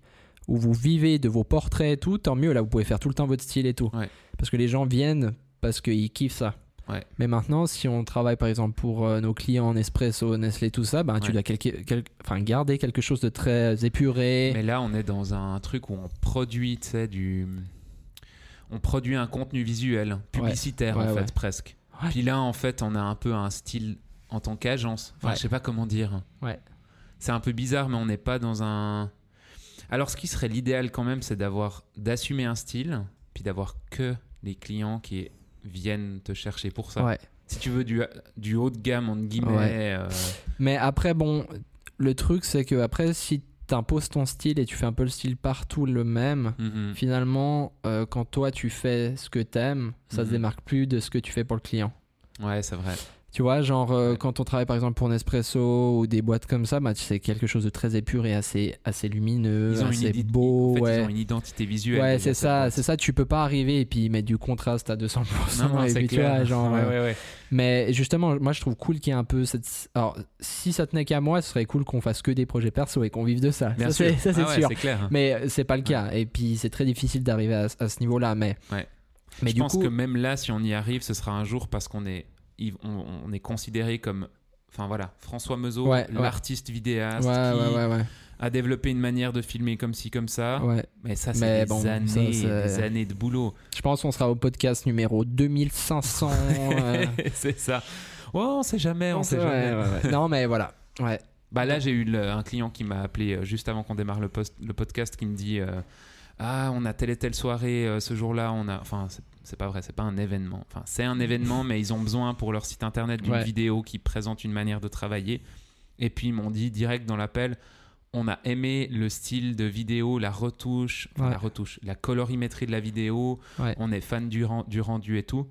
où vous vivez de vos portraits et tout, tant mieux là vous pouvez faire tout le temps votre style et tout.
Ouais.
Parce que les gens viennent parce qu'ils kiffent ça.
Ouais.
Mais maintenant si on travaille par exemple pour euh, nos clients Nespresso, Nestlé tout ça, ben tu
Ouais.
dois quelque- quel- enfin, garder quelque chose de très euh, épuré.
Mais là, on est dans un truc où on produit, tu sais, du. On produit un contenu visuel, publicitaire
Ouais,
en fait,
ouais.
presque.
Ouais.
Puis là, en fait, on a un peu un style en tant qu'agence. Enfin,
Ouais.
je sais pas comment dire.
Ouais.
C'est un peu bizarre, mais on n'est pas dans un. Alors, ce qui serait l'idéal quand même, c'est d'avoir d'assumer un style, puis d'avoir que les clients qui viennent te chercher pour ça.
Ouais.
Si tu veux du, du haut de gamme entre guillemets.
Ouais.
euh,
Mais après bon, le truc c'est que après si t'imposes ton style et tu fais un peu le style partout le même,
mhm.
Finalement, euh, quand toi tu fais ce que t'aimes, ça
Mhm.
se démarque plus de ce que tu fais pour le client.
Ouais, c'est vrai.
Tu vois, genre euh,
Ouais.
quand on travaille par exemple pour Nespresso ou des boîtes comme ça, bah, c'est quelque chose de très épuré, assez, assez lumineux,
Ils ont une
assez
idée-
Ah, beau.
en fait,
ouais,
ils ont une identité visuelle.
ouais
derrière
c'est
cette
ça,
boîte.
c'est ça. Tu peux pas arriver et puis mettre du contraste à 200%.
Non, non,
et
c'est
puis, tu
clair.
vois, genre,
Ouais,
euh,
ouais, ouais.
Mais justement, moi je trouve cool qu'il y ait un peu cette. Alors, si ça tenait qu'à moi, ce serait cool qu'on fasse que des projets perso et qu'on vive de ça.
Bien
ça, c'est-
sûr.
ça, c'est
Ah ouais,
sûr.
C'est clair.
Mais euh, c'est pas le cas. Et puis c'est très difficile d'arriver à, à ce niveau-là. Mais,
Ouais.
mais
je
du
pense
coup,
que même là, si on y arrive, ce sera un jour parce qu'on est, il- on, on est considéré comme, enfin voilà, François Meuseau,
Ouais, ouais.
l'artiste vidéaste
ouais,
qui Ah.
ouais, ouais, ouais,
a développé une manière de filmer comme ci comme ça.
ouais.
Mais ça, c'est
Mais
des
bon, ça,
années,
c'est-
des années de boulot.
Je pense qu'on sera au podcast numéro 2500. euh,
c'est ça. Oh, on sait jamais, on sait
ouais,
jamais.
ouais, ouais. Non, mais voilà. Ouais.
Bah là, j'ai eu le- un client qui m'a appelé euh, juste avant qu'on démarre le, post- le podcast qui me dit euh, Ah, on a telle et telle soirée euh, ce jour-là. On a. Enfin, c'est- c'est pas vrai, c'est pas un événement. Enfin, c'est un événement, mais ils ont besoin pour leur site internet d'une
Ouais.
vidéo qui présente une manière de travailler. Et puis, ils m'ont dit direct dans l'appel On a aimé le style de vidéo, la retouche, enfin,
Ouais.
la retouche, la colorimétrie de la vidéo.
Ouais.
On est fan du, ren- du rendu et tout.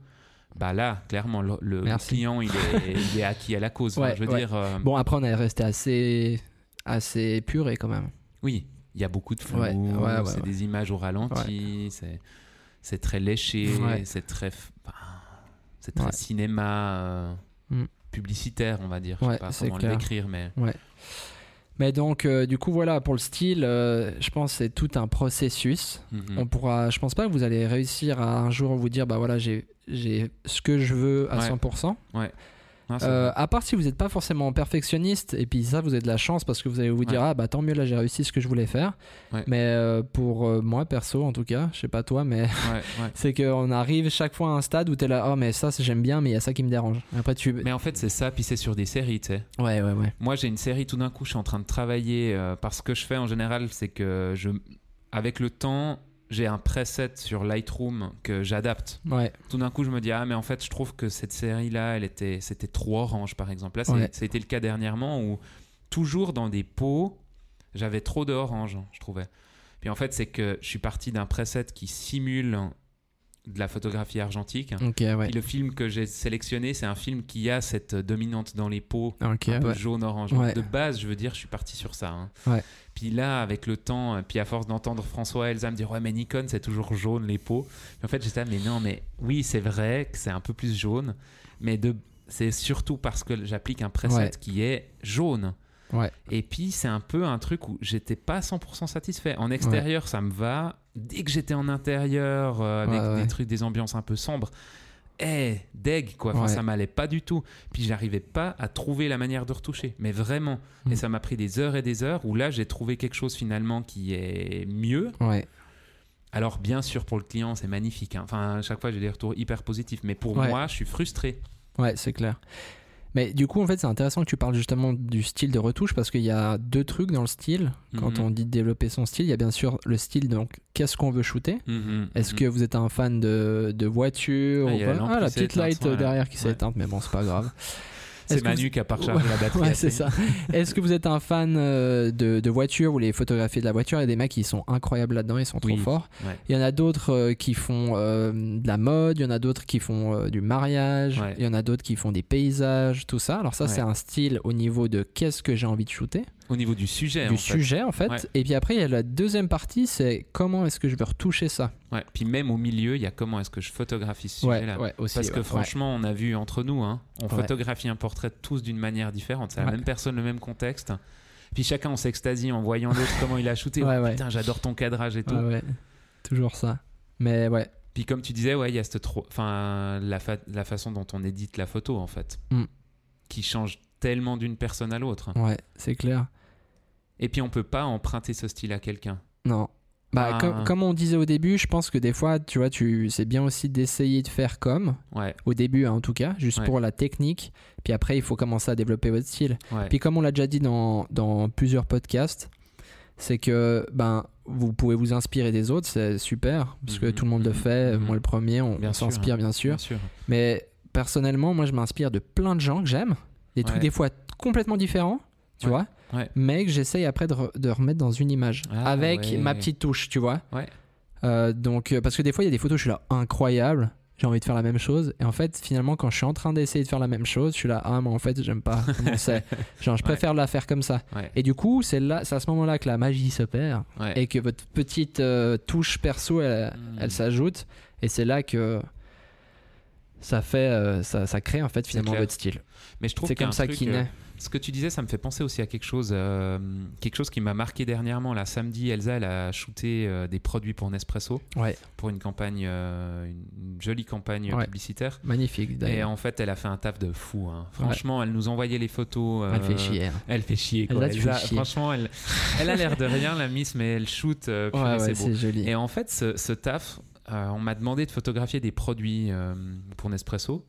Bah là, clairement, le, le
Merci.
client, il est, il est acquis à la cause. Enfin,
Ouais,
je veux
ouais.
dire. euh,
Bon, après, on est resté assez, assez puré quand même.
oui, il y a beaucoup de flou,
Ouais, ouais, ouais,
c'est
ouais.
des images au ralenti, c'est- c'est très léché,
Ouais.
c'est très, f- bah, c'est très
Ouais.
cinéma euh,
Mm.
publicitaire, on va dire. Je
Ouais,
sais pas
c'est
comment le
clair.
décrire, mais
Mais donc, euh, du coup, voilà, pour le style, euh, je pense que c'est tout un processus.
Mhm.
On pourra, je pense pas que vous allez réussir à un jour vous dire, bah voilà, j'ai j'ai ce que je veux à
Ouais.
100%.
Non, c'est
Euh,
vrai.
à part si vous n'êtes pas forcément perfectionniste, et puis ça, vous avez de la chance parce que vous allez vous dire, ah bah tant mieux, là j'ai réussi ce que je voulais faire.
Ouais.
Mais euh, pour euh, moi, perso en tout cas, je sais pas toi, mais
Ouais, ouais.
c'est qu'on arrive chaque fois à un stade où t'es là, oh mais ça c'est- j'aime bien, mais il y a ça qui me dérange. Après tu.
Mais en fait, c'est ça, puis c'est sur des séries, tu sais.
Ouais, ouais, ouais.
Moi, j'ai une série, tout d'un coup, je suis en train de travailler. euh, parce que je fais en général, c'est que je, avec le temps, j'ai un preset sur Lightroom que j'adapte.
Ouais,
tout d'un coup je me dis ah mais en fait je trouve que cette série là elle était c'était trop orange par exemple là c'est-
Ouais.
c'était le cas dernièrement où toujours dans des pots j'avais trop de orange je trouvais puis en fait c'est que je suis parti d'un preset qui simule de la photographie argentique
ok, ouais.
Puis le film que j'ai sélectionné c'est un film qui a cette dominante dans les pots
Ok,
un peu
ouais.
jaune-orange.
Ouais.
De base, je veux dire, je suis parti sur ça. hein.
Ouais.
Puis là, avec le temps, euh, puis à force d'entendre François Elsa me dire Ouais, mais Nikon, c'est toujours jaune les peaux. Puis en fait, j'étais là, mais non, mais oui, c'est vrai que c'est un peu plus jaune, mais de... c'est surtout parce que j'applique un preset
Ouais.
qui est jaune.
Ouais.
Et puis, c'est un peu un truc où j'étais pas 100% satisfait. En extérieur, ça me va. Dès que j'étais en intérieur, euh, avec
Ouais, ouais.
des trucs, des ambiances un peu sombres, eh, deg, quoi. Enfin,
Ouais.
ça m'allait pas du tout. Puis j'arrivais pas à trouver la manière de retoucher, mais vraiment.
Mm.
Et ça m'a pris des heures et des heures où là j'ai trouvé quelque chose finalement qui est mieux,
Ouais,
Alors, bien sûr, pour le client, c'est magnifique. hein. Enfin, à chaque fois, j'ai des retours hyper positifs. Mais pour
Ouais.
moi, je suis frustré.
Ouais, c'est clair. Mais du coup, en fait, c'est intéressant que tu parles justement du style de retouche parce qu'il y a deux trucs dans le style. Quand
Mhm.
on dit de développer son style, il y a bien sûr le style, donc qu'est-ce qu'on veut shooter
Mhm,
Est-ce
mhm.
que vous êtes un fan de, de voiture
Ah,
ou
il y a
pas
la lampe
Ah,
qui
la
s'est
petite
éteinte,
light
ouais.
derrière qui s'est
Ouais.
éteinte, mais bon, c'est pas grave. Est-ce
C'est
que vous-
Manu qui a pas rechargé la batterie.
Ouais,
à
c'est
temps.
ça. Est-ce que vous êtes un fan euh, de, de voiture Vous les photographiez de la voiture Il y a des mecs qui sont incroyables là-dedans, ils sont trop
Oui,
forts.
ouais.
Il y en a d'autres euh, qui font euh, de la mode, il y en a d'autres qui font euh, du mariage,
Ouais.
il y en a d'autres qui font des paysages, tout ça. Alors ça,
Ouais.
c'est un style au niveau de qu'est-ce que j'ai envie de shooter,
Au niveau du sujet.
du
en fait.
sujet en fait.
Ouais.
Et puis après, il y a la deuxième partie, c'est comment est-ce que je veux retoucher ça
Ouais. Puis même au milieu, il y a comment est-ce que je photographie ce sujet-là.
ouais, aussi.
Parce
ouais,
que
ouais.
franchement, on a vu entre nous, hein, on
Ouais.
photographie un portrait tous d'une manière différente. C'est la
Ouais.
même personne, le même contexte. Puis chacun, on s'extasie en voyant l'autre comment il a shooté.
Ouais,
Oh,
ouais.
Putain, j'adore ton cadrage et tout.
Ouais, ouais. toujours ça. Mais ouais,
Puis comme tu disais, ouais, il y a cette tro- enfin, la, fa- la façon dont on édite la photo, en fait,
Mm.
qui change tellement d'une personne à l'autre.
ouais, c'est clair.
Et puis on peut pas emprunter ce style à quelqu'un.
Non. Bah,
Ah.
comme, comme on disait au début, je pense que des fois, tu vois, tu, c'est bien aussi d'essayer de faire comme,
Ouais,
au début hein, en tout cas, juste
Ouais.
pour la technique. Puis après, il faut commencer à développer votre style.
ouais.
Puis comme on l'a déjà dit dans, dans plusieurs podcasts, c'est que ben, vous pouvez vous inspirer des autres, c'est super, parce que
Mhm,
tout le monde le
mhm,
fait,
mhm.
moi le premier, on,
Bien
on
sûr, hein.
s'inspire bien sûr.
Bien sûr.
Mais personnellement, moi, je m'inspire de plein de gens que j'aime, des trucs
Ouais.
des fois complètement différents, tu
Ouais,
vois,
ouais.
mais que j'essaye après de, re- de remettre dans une image
Ah,
avec
ouais.
ma petite touche, tu vois.
Ouais.
Euh, donc, euh, parce que des fois, il y a des photos, je suis là, incroyable, j'ai envie de faire la même chose. Et en fait, finalement, quand je suis en train d'essayer de faire la même chose, je suis là, ah, mais en fait, j'aime pas comment c'est. Genre, je
Ouais.
préfère la faire comme ça.
Ouais.
Et du coup, c'est là, c'est à ce moment-là que la magie s'opère
Ouais.
et que votre petite euh, touche perso, elle,
Mm.
elle s'ajoute. Et c'est là que ça fait, euh, ça, ça crée en fait finalement
clair.
votre style.
Mais je trouve
C'est
qu'il y a
comme
un
ça
truc,
qu'il
euh,
naît.
Ce que tu disais, ça me fait penser aussi à quelque chose, euh, quelque chose qui m'a marqué dernièrement. Là, samedi, Elsa, elle a shooté euh, des produits pour Nespresso,
Ouais,
pour une campagne, euh, une jolie campagne
Ouais.
publicitaire.
magnifique
Et
d'ailleurs.
en fait, elle a fait un taf de fou. hein. Franchement, elle nous envoyait les photos.
Elle
euh,
fait chier. hein.
Elle fait chier. Quoi.
Elsa, tu fais
Elsa,
chier.
Franchement, elle, elle a l'air de rien, la miss, mais elle shoot. euh, purée,
Ouais, ouais,
c'est
c'est
beau.
joli.
Et en fait, ce, ce taf, euh, on m'a demandé de photographier des produits euh, pour Nespresso.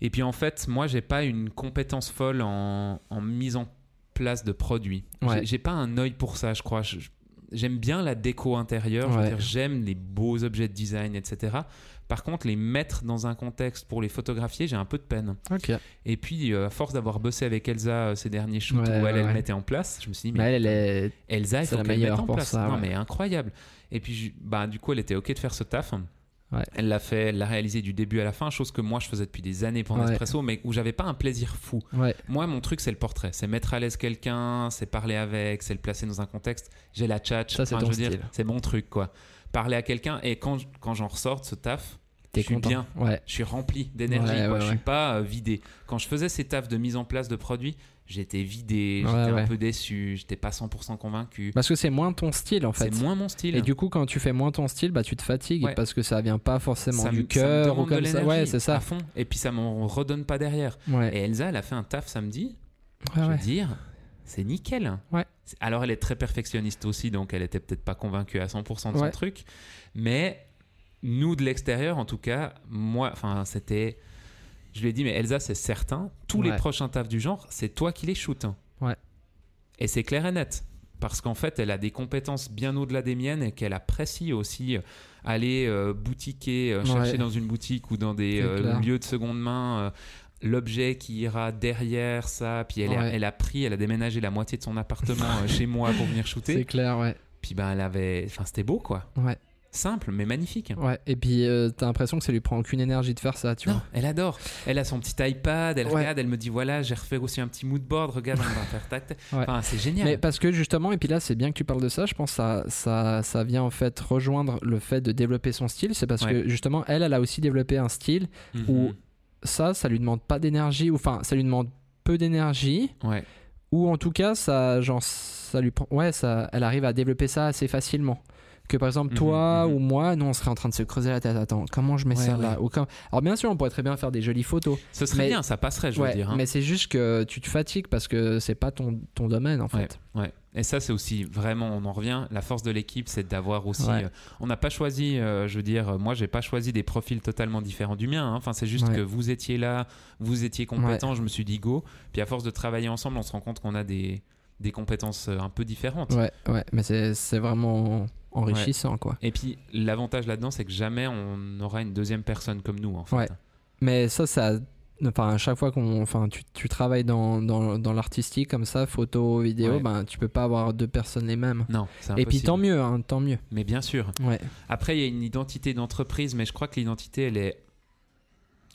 Et puis en fait, moi, j'ai pas une compétence folle en, en mise en place de produits. J'ai-
Ouais.
J'ai pas un œil pour ça, je crois. Je- je- J'aime bien la déco intérieure, je veux
Ouais.
dire, j'aime les beaux objets de design, etc. Par contre, les mettre dans un contexte pour les photographier, j'ai un peu de peine.
Ok.
Et puis, euh, à force d'avoir bossé avec Elsa euh, ces derniers shoots
Ouais,
où elle,
ouais,
elle
ouais. Bah
mettait en place, je me suis dit,
Mais elle, elle est.
Elsa, il
C'est
faut
la
qu'elle mette
meilleure
en
pour
place.
ça,
non,
ouais.
mais incroyable. Et puis, je- bah, du coup, elle était OK de faire ce taf.
Ouais.
Elle l'a fait, elle l'a réalisé du début à la fin, chose que moi je faisais depuis des années pour
Ouais.
Nespresso, mais où j'avais pas un plaisir fou.
Ouais,
Moi, mon truc, c'est le portrait. C'est mettre à l'aise quelqu'un, c'est parler avec, c'est le placer dans un contexte. J'ai la tchatche.
Ça, c'est
Enfin,
ton
je veux dire,
style.
C'est mon truc, quoi. Parler à quelqu'un, et quand, je- quand j'en ressors de ce taf,
t'es
Je suis
content.
bien.
Ouais,
je suis rempli d'énergie,
Ouais,
quoi.
ouais,
je
ouais.
suis pas euh, vidé. Quand je faisais ces tafs de mise en place de produits, j'étais vidé,
Ouais,
j'étais
ouais.
un peu déçu, j'étais pas 100% convaincu.
parce que c'est moins ton style en fait.
c'est moins mon style.
Et du coup, quand tu fais moins ton style, bah tu te fatigues
Ouais.
parce que ça vient pas forcément
me-
du
me demande
cœur ou
de
comme ça.
l'énergie
Ouais, c'est
À
ça.
fond. Et puis ça m'en redonne pas derrière.
Ouais,
Et Elsa, elle a fait un taf samedi.
ouais,
je
ouais.
veux dire, c'est nickel.
Ouais.
C'est- Alors elle est très perfectionniste aussi, donc elle était peut-être pas convaincue à 100% de
Ouais.
son truc. Mais nous de l'extérieur, en tout cas, moi, enfin c'était. Je lui ai dit, mais Elsa, c'est certain, tous les
Ouais.
prochains tafs du genre, c'est toi qui les shootes.
Ouais.
Et c'est clair et net. Parce qu'en fait, elle a des compétences bien au-delà des miennes et qu'elle apprécie aussi euh, aller euh, boutiquer, euh, chercher
Ouais.
dans une boutique ou dans des
C'est
euh,
clair.
lieux de seconde main euh, l'objet qui ira derrière ça. Puis elle, a,
Ouais.
elle a pris, elle a déménagé la moitié de son appartement euh, chez moi pour venir
C'est
shooter.
clair, ouais.
Puis ben, elle avait. Enfin, c'était beau quoi.
Ouais.
Simple, mais magnifique.
Ouais, et puis euh, t'as l'impression que ça lui prend aucune énergie de faire ça, tu
Non,
vois.
elle adore. Elle a son petit iPad, elle
Ouais.
regarde, elle me dit voilà, j'ai refait aussi un petit mood board, regarde, on va faire tac. tac.
Ouais.
Enfin, c'est génial.
Mais parce que justement, et puis là, c'est bien que tu parles de ça, je pense que ça, ça, ça vient en fait rejoindre le fait de développer son style. C'est parce
Ouais.
que justement, elle, elle a aussi développé un style.
Mhm.
ou- Ça, ça lui demande pas d'énergie, ou enfin, ça lui demande peu d'énergie,
Ouais,
ou en tout cas, ça, genre, ça lui prend. Ouais, ça, elle arrive à développer ça assez facilement. que par exemple
Mhm,
toi
mhm.
ou moi, nous on serait en train de se creuser la tête. Attends, comment je mets
Ouais,
ça
ouais.
là Ou comme- Alors bien sûr, on pourrait très bien faire des jolies photos.
Ce serait
Mais-
bien, ça passerait, je
Ouais,
veux dire. hein.
Mais c'est juste que tu te fatigues parce que c'est pas ton, ton domaine en
Ouais,
fait.
ouais. Et ça, c'est aussi vraiment, on en revient. La force de l'équipe, c'est d'avoir aussi.
Ouais.
euh, on n'a pas choisi, euh, je veux dire, euh, moi, j'ai pas choisi des profils totalement différents du mien. hein. Enfin, c'est juste
Ouais.
que vous étiez là, vous étiez compétent. Je me suis dit go. Puis à force de travailler ensemble, on se rend compte qu'on a des, des compétences euh, un peu différentes.
Ouais, ouais, mais c'est c'est vraiment enrichissant quoi.
Et puis l'avantage là-dedans, c'est que jamais on aura une deuxième personne comme nous, en fait.
Ouais. Mais ça, ça. Enfin, à chaque fois qu'on. Enfin, tu, tu travailles dans, dans, dans l'artistique comme ça, photo, vidéo,
Ouais.
ben tu peux pas avoir deux personnes les mêmes.
Non, c'est
Et puis
impossible.
tant mieux, hein, tant mieux.
Mais bien sûr.
Ouais.
Après, il y a une identité d'entreprise, mais je crois que l'identité, elle est.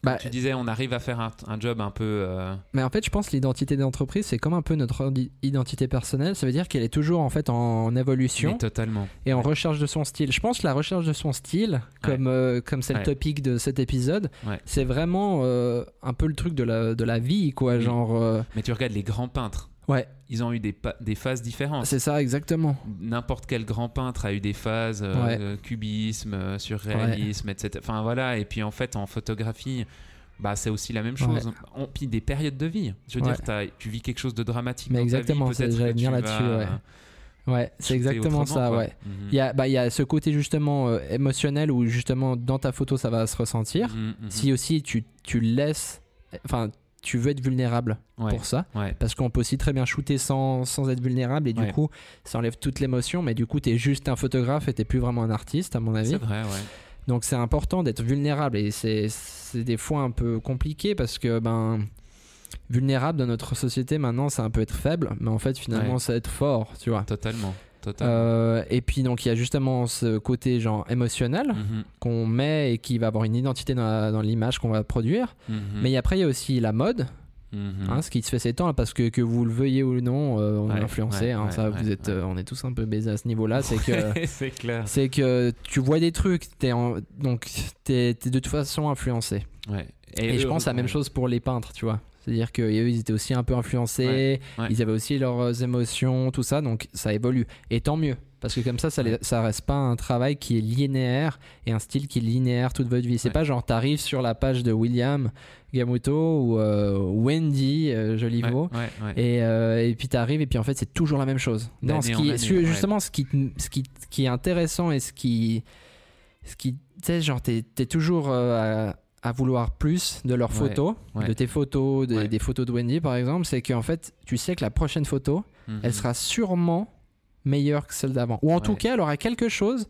Bah,
Tu disais, on arrive à faire un, un job un peu. euh,
mais en fait, je pense que l'identité d'entreprise, c'est comme un peu notre ordi- identité personnelle. Ça veut dire qu'elle est toujours en fait en évolution
mais totalement.
et en recherche de son style. Je pense que la recherche de son style,
Ouais.
comme euh, comme c'est
Ouais.
le topic de cet épisode,
Ouais.
c'est vraiment euh, un peu le truc de la, de la vie, quoi.
Oui.
Genre. euh,
Mais tu regardes les grands peintres.
Ouais.
Ils ont eu des, pa- des phases différentes.
c'est ça, exactement.
N'importe quel grand peintre a eu des phases euh,
Ouais.
euh, cubisme, euh, surréalisme, etc. Enfin voilà. Et puis en fait, en photographie, bah c'est aussi la même chose. On, puis des périodes de vie. Je veux
Ouais.
dire, t'as- tu vis quelque chose de dramatique.
Mais
dans ta vie,
exactement, c'est-
peut-être
j'allais
que tu
venir là-dessus,
vas,
ouais.
euh,
Ouais, c'est
shooter
exactement ça,
autrement, quoi.
ouais.
Mhm.
Il y, a, bah, il y a ce côté justement euh, émotionnel où justement dans ta photo ça va se ressentir.
Mhm, mhm.
Si aussi tu, tu laisses, enfin tu veux être vulnérable
Ouais,
pour ça,
ouais.
parce qu'on peut aussi très bien shooter sans, sans être vulnérable et du
Ouais.
coup ça enlève toute l'émotion, mais du coup t'es juste un photographe et t'es plus vraiment un artiste à mon avis.
C'est vrai, ouais.
Donc c'est important d'être vulnérable et c'est c'est des fois un peu compliqué parce que ben vulnérable dans notre société maintenant c'est un peu être faible, mais en fait finalement
Ouais.
c'est être fort, tu vois.
Totalement. Totalement.
Euh, et puis donc il y a justement ce côté genre émotionnel
Mhm,
qu'on met et qui va avoir une identité dans, la- dans l'image qu'on va produire.
mhm,
Mais après il y a aussi la mode,
mhm.
hein, ce qui se fait ces temps là parce que que vous le veuillez ou non, euh, on
Ouais,
est influencé.
ouais,
hein,
ouais,
ça,
ouais,
vous êtes,
ouais.
euh, on est tous un peu baisés à ce niveau-là. C'est que
c'est clair.
c'est que tu vois des trucs, t'es en, donc t'es t'es de toute façon influencé.
Ouais.
Et, je pense la même
heureusement,
chose pour les peintres, tu vois. C'est-à-dire qu'eux, ils étaient aussi un peu influencés,
Ouais, ouais.
ils avaient aussi leurs euh, émotions, tout ça, donc ça évolue. Et tant mieux, parce que comme ça, ça, les- ça reste pas un travail qui est linéaire et un style qui est linéaire toute votre vie. C'est
Ouais.
pas genre t'arrives sur la page de William Gamuto ou euh, Wendy euh,
ouais,
Joliveau.
ouais, ouais.
Et, euh, et puis t'arrives et puis en fait c'est toujours la même chose. Non,
D'année
ce
en
qui,
année,
ce-
ouais.
justement ce qui, ce qui, ce qui est intéressant et ce qui, ce qui, tu sais genre t'es t'es toujours euh, à, à vouloir plus de leurs
Ouais,
photos,
ouais.
de tes photos, des,
Ouais.
des photos de Wendy par exemple, c'est qu'en fait tu sais que la prochaine photo
Mhm.
elle sera sûrement meilleure que celle d'avant ou en tout
Ouais.
cas elle aura quelque chose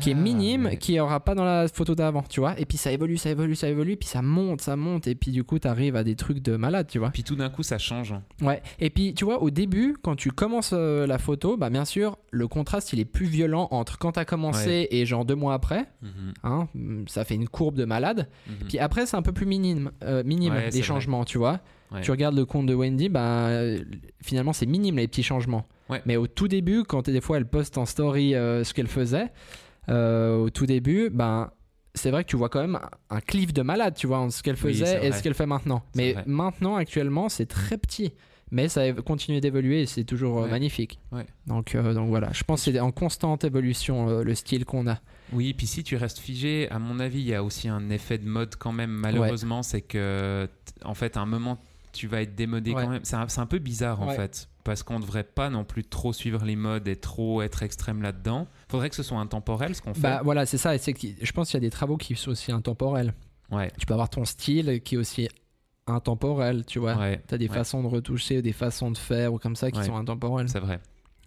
qui est
Ah,
minime,
ouais.
qui aura pas dans la photo d'avant, tu vois. Et puis ça évolue, ça évolue, ça évolue, puis ça monte, ça monte, et puis du coup t'arrives à des trucs de malade, tu vois.
Puis tout d'un coup, ça change.
Ouais, et puis tu vois, au début, quand tu commences euh, la photo, bah bien sûr, le contraste il est plus violent entre quand t'as commencé et genre deux mois après.
Mhm,
Hein, mm, ça fait une courbe de malade.
mhm.
Puis après, c'est un peu plus minime, euh, minime
Ouais, c'est
les
vrai.
changements, tu vois.
Ouais.
Tu regardes le compte de Wendy, bah euh, finalement, c'est minime les petits changements.
Ouais.
Mais au tout début, quand des fois elle poste en story euh, ce qu'elle faisait, euh, au tout début, ben. C'est vrai que tu vois quand même un cliff de malade, tu vois, entre ce qu'elle
Oui,
faisait
c'est
et
vrai.
ce qu'elle fait maintenant.
C'est
Mais
vrai.
maintenant, actuellement, c'est très petit. Mais ça éve- continue d'évoluer et c'est toujours euh,
Ouais.
magnifique.
Ouais.
Donc, euh, donc voilà, je pense que c'est en constante évolution euh, le style qu'on a.
Oui, puis si tu restes figé, à mon avis, il y a aussi un effet de mode quand même. Malheureusement, c'est que, t- en fait, à un moment, tu vas être démodé
Ouais.
quand même. C'est un, c'est un peu bizarre, en
Ouais.
fait, parce qu'on ne devrait pas non plus trop suivre les modes et trop être extrême là-dedans. faudrait que ce soit intemporel, ce qu'on fait.
Bah voilà, c'est ça. Et c'est que je pense qu'il y a des travaux qui sont aussi intemporels.
ouais,
Tu peux avoir ton style qui est aussi intemporel, tu vois.
ouais,
T'as des
ouais,
façons de retoucher, des façons de faire ou comme ça qui
Ouais.
sont intemporelles.
C'est vrai.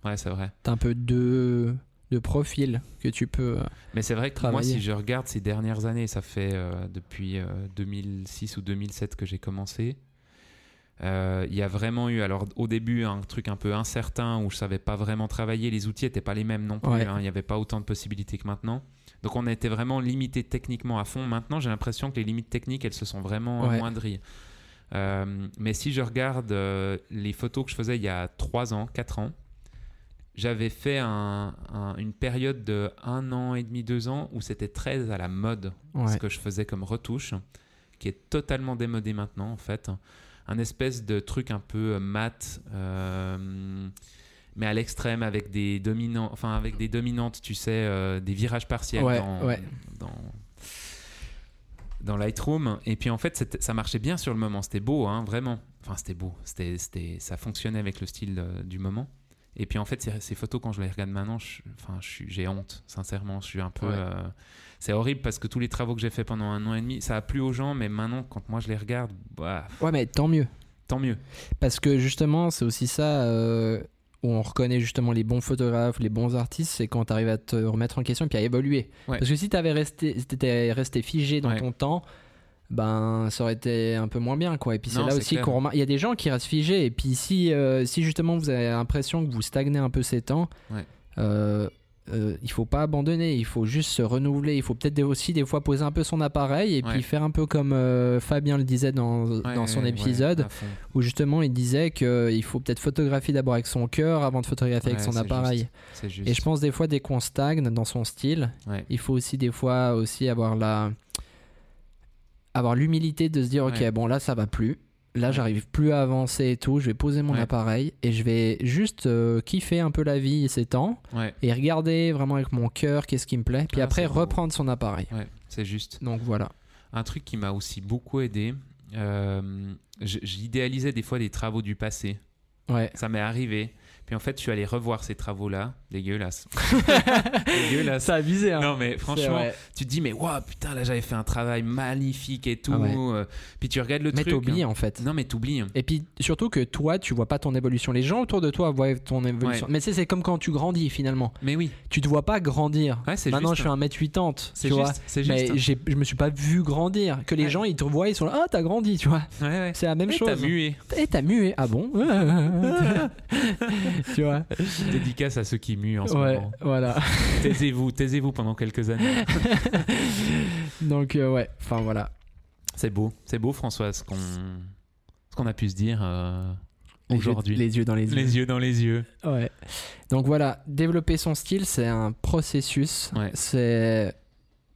Ouais, c'est vrai.
T'as un peu deux, deux profils que tu peux. euh,
Mais c'est vrai que moi,
Travailler.
si je regarde ces dernières années, ça fait euh, depuis euh, 2006 ou 2007 que j'ai commencé. euh, Il y a vraiment eu, alors au début, un truc un peu incertain où je savais pas vraiment travailler. Les outils n'étaient pas les mêmes non plus.
Ouais.
hein, Il n'y avait pas autant de possibilités que maintenant. Donc on était vraiment limité techniquement à fond. Maintenant, j'ai l'impression que les limites techniques, elles se sont vraiment
Ouais.
amoindries. Euh, mais si je regarde euh, les photos que je faisais il y a 3 ans, 4 ans, j'avais fait un- un- une période de 1 an et demi, 2 ans où c'était très à la mode ce
Ouais.
que je faisais comme retouche, qui est totalement démodé maintenant en fait. Un espèce de truc un peu euh, mat, euh, mais à l'extrême avec des dominants, enfin avec des dominantes, tu sais, euh, des virages partiels
Ouais,
dans,
ouais.
dans dans Lightroom. Et puis en fait, c'était- ça marchait bien sur le moment. C'était beau, hein, vraiment. Enfin, c'était beau. C'était, c'était, ça fonctionnait avec le style euh, du moment. Et puis en fait, ces, ces photos, quand je les regarde maintenant, je, enfin, je suis- j'ai honte, sincèrement. Je suis un peu.
Ouais.
euh, c'est horrible parce que tous les travaux que j'ai fait pendant un an et demi, ça a plu aux gens, mais maintenant, quand moi je les regarde, bah,
Ouais, mais tant mieux.
tant mieux.
Parce que justement, c'est aussi ça euh, où on reconnaît justement les bons photographes, les bons artistes, c'est quand tu arrives à te remettre en question et puis à évoluer.
Ouais.
Parce que si tu resté, si t'étais resté figé dans
Ouais.
ton temps, ben ça aurait été un peu moins bien quoi. Et puis c'est
Non,
là
c'est
aussi
clair.
qu'on remarque, il y a des gens qui restent figés. Et puis si, euh, si justement vous avez l'impression que vous stagnez un peu ces temps,
Ouais.
euh, euh, il faut pas abandonner, il faut juste se renouveler. Il faut peut-être des- aussi des fois poser un peu son appareil et
Ouais.
puis faire un peu comme euh, Fabien le disait dans,
Ouais,
dans son
ouais,
épisode
à fond.
où justement il disait qu'il faut peut-être photographier d'abord avec son cœur avant de photographier avec
Ouais,
son
c'est
appareil.
juste, C'est juste.
Et je pense des fois dès qu'on stagne dans son style,
Ouais.
il faut aussi des fois aussi avoir la avoir l'humilité de se dire ok
Ouais.
bon là ça va plus, là
Ouais.
j'arrive plus à avancer et tout, je vais poser mon
Ouais.
appareil et je vais juste euh, kiffer un peu la vie et ses temps
Ouais,
et regarder vraiment avec mon cœur qu'est-ce qui me plaît puis
Ah,
après
c'est beau.
reprendre son appareil.
ouais, c'est juste.
Donc voilà.
Un truc qui m'a aussi beaucoup aidé, euh, j- j'idéalisais des fois des travaux du passé.
Ouais.
Ça m'est arrivé. Puis en fait, je suis allé revoir ces travaux-là. Dégueulasse. Dégueulasse.
a abusé
Non, mais franchement,
Franchement,
tu te dis, mais waouh, putain, là, j'avais fait un travail magnifique et tout.
Ah ouais.
euh, Puis tu regardes le
mais
truc. hein.
t'oublies en fait.
Non, mais t'oublies.
Et puis surtout que toi, tu vois pas ton évolution. Les gens autour de toi voient ton évolution. Mais c'est, c'est comme quand tu grandis finalement.
Mais oui,
Tu te vois pas grandir.
ouais, c'est juste.
Maintenant, je suis 1m80.
C'est
tu vois.
juste. C'est
Mais
juste. hein.
j'ai- je me suis pas vu grandir. Que les
Ouais.
gens, ils te voient, ils sont là. Ah, t'as grandi, tu vois.
Ouais, ouais.
C'est la même
Et
chose. hein.
T'as mué.
Et t'as mué. Ah bon Tu vois.
Dédicace à ceux qui muent en ce
ouais,
moment.
voilà.
Taisez-vous, taisez-vous pendant quelques années.
Donc, euh, ouais. Enfin, voilà.
C'est beau, c'est beau, François, ce qu'on ce qu'on a pu se dire euh,
Les yeux-
aujourd'hui.
Les, yeux dans les yeux.
Les yeux dans les yeux.
Ouais. Donc voilà, développer son style, c'est un processus.
Ouais.
C'est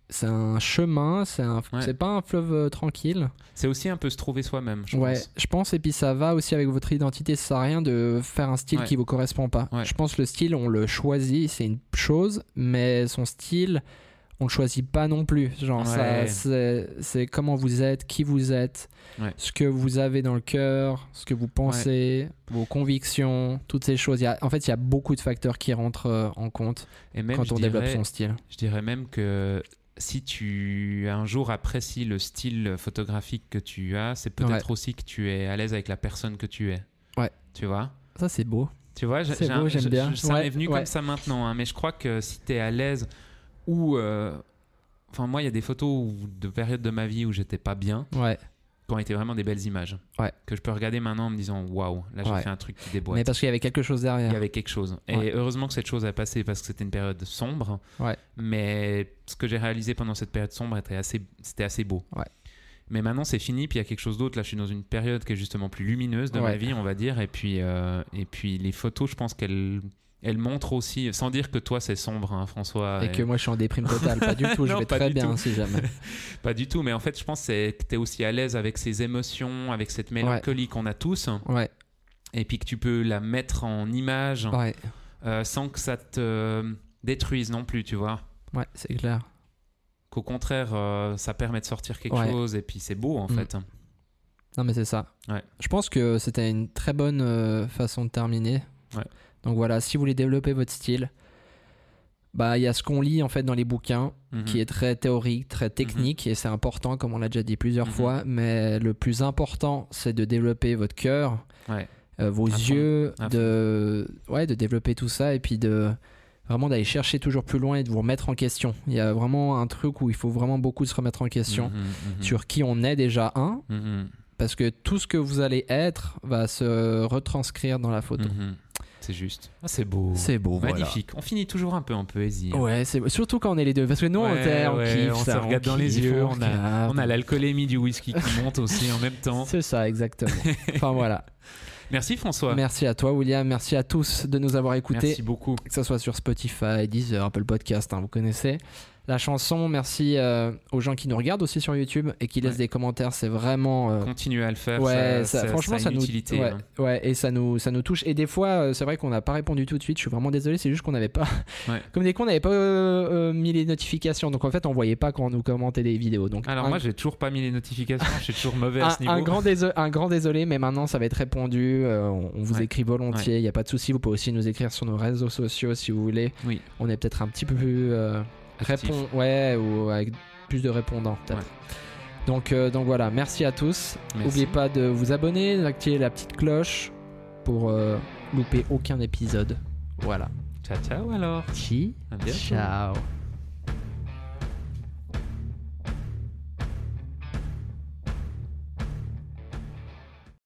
c'est un chemin, c'est un
Ouais.
c'est pas un fleuve euh, tranquille.
C'est aussi un peu se trouver soi-même, je
ouais,
pense.
je pense et puis ça va aussi avec votre identité, ça sert à rien de faire un style
Ouais.
qui vous correspond pas.
Ouais.
Je pense le style on le choisit, c'est une chose, mais son style on le choisit pas non plus. Genre ça
Ouais.
c'est c'est comment vous êtes, qui vous êtes,
Ouais.
ce que vous avez dans le cœur, ce que vous pensez, vos convictions, toutes ces choses. Il y a- en fait, il y a beaucoup de facteurs qui rentrent euh, en compte
Et même,
quand
je,
on développe
dirais,
son style.
je dirais même que si tu un jour apprécies le style photographique que tu as, c'est peut-être aussi que tu es à l'aise avec la personne que tu es.
Ouais.
Tu vois
Ça c'est beau.
Tu vois, j'ai-
C'est
j'ai
beau,
un-
j'aime
je-
bien.
je- ça
Ouais,
m'est venu
ouais.
comme ça maintenant, hein, mais je crois que si tu es à l'aise ou. euh, Enfin, moi, il y a des photos où- de périodes de ma vie où j'étais pas bien.
Ouais.
qui ont été vraiment des belles images.
Ouais.
Que je peux regarder maintenant en me disant waouh, là j'ai
Ouais.
fait un truc qui
Mais
déboîte.
parce qu'il y avait quelque chose
Il y
derrière.
avait quelque chose.
Ouais.
Et heureusement que cette chose a passé parce que c'était une période sombre.
Ouais.
Mais ce que j'ai réalisé pendant cette période sombre était assez, c'était assez beau.
Ouais.
Mais maintenant c'est fini, puis il y a quelque chose d'autre. Là je suis dans une période qui est justement plus lumineuse de ma
Ouais.
vie, on va dire. Et puis, euh, et puis les photos, je pense qu'elles elles montrent aussi, sans dire que toi c'est sombre, hein, François.
Et que moi je suis en déprime totale, pas du tout, je
Non,
vais
pas
très
du
bien
tout.
si jamais.
Pas du tout, mais en fait je pense c'est que tu es aussi à l'aise avec ces émotions, avec cette mélancolie qu'on a tous.
Ouais,
et puis que tu peux la mettre en image
ouais,
euh, sans que ça te euh, détruise non plus, tu vois.
ouais, c'est clair.
Qu'au contraire, euh, ça permet de sortir quelque
Ouais.
chose et puis c'est beau en
Mm.
fait.
Non mais c'est ça.
Ouais.
Je pense que c'était une très bonne euh, façon de terminer.
Ouais.
Donc voilà, si vous voulez développer votre style, bah il y a ce qu'on lit en fait dans les bouquins,
Mhm.
qui est très théorique, très technique, et c'est important comme on l'a déjà dit plusieurs
Mhm.
fois. Mais le plus important, c'est de développer votre cœur,
Ouais.
euh, vos
À fond.
yeux,
À fond.
de ouais, de développer tout ça, et puis de vraiment d'aller chercher toujours plus loin et de vous remettre en question. Il y a vraiment un truc où il faut vraiment beaucoup se remettre en question
Mhm, mhm,
sur qui on est déjà un,
mhm,
parce que tout ce que vous allez être va se retranscrire dans la photo.
mhm. C'est juste. Ah, c'est beau.
Mm. C'est beau, voilà.
Magnifique. On finit toujours un peu en poésie. hein.
Ouais, c'est surtout quand on est les deux, parce que nous on,
Ouais,
t'est- on
ouais,
kiffe,
on
ça,
se regarde dans les
kiffe,
yeux, on
regarde.
On a l'alcoolémie du whisky qui monte aussi en même temps.
C'est ça, exactement. enfin voilà.
Merci François.
Merci à toi, William. Merci à tous de nous avoir écoutés,
Merci beaucoup.
que ce soit sur Spotify, Deezer, Apple Podcast, hein, vous connaissez. la chanson. Merci euh, aux gens qui nous regardent aussi sur YouTube et qui laissent
Ouais.
des commentaires. C'est vraiment. euh,
Continuez à le faire.
Ouais,
ça,
ça-
ça-
franchement,
ça a
ça
une
nous,
utilité.
ouais,
hein.
ouais, et ça nous, ça nous touche. Et des fois, euh, c'est vrai qu'on n'a pas répondu tout de suite. Je suis vraiment désolé. C'est juste qu'on n'avait pas,
Ouais.
comme des cons, on n'avait pas euh, euh, mis les notifications. Donc en fait, on voyait pas quand on nous commentait des vidéos. Donc
Alors
un,
moi, j'ai toujours pas mis les notifications. Je suis toujours mauvais à
un-
ce niveau.
un grand déso- un grand désolé, mais maintenant ça va être répondu. Euh, on, on vous
Ouais.
écrit volontiers. Il n'y a pas de souci. Vous pouvez aussi nous écrire sur nos réseaux sociaux si vous voulez.
Oui.
On est peut-être un petit peu plus euh,
Actif.
répond, ouais, ou avec plus de répondants peut-être.
Ouais.
Donc, euh, donc voilà, merci à tous.
Merci.
N'oubliez pas de vous abonner, d'activer la petite cloche pour euh, louper aucun épisode. Voilà.
Ciao, ciao alors.
Chi,
À bientôt.
ciao.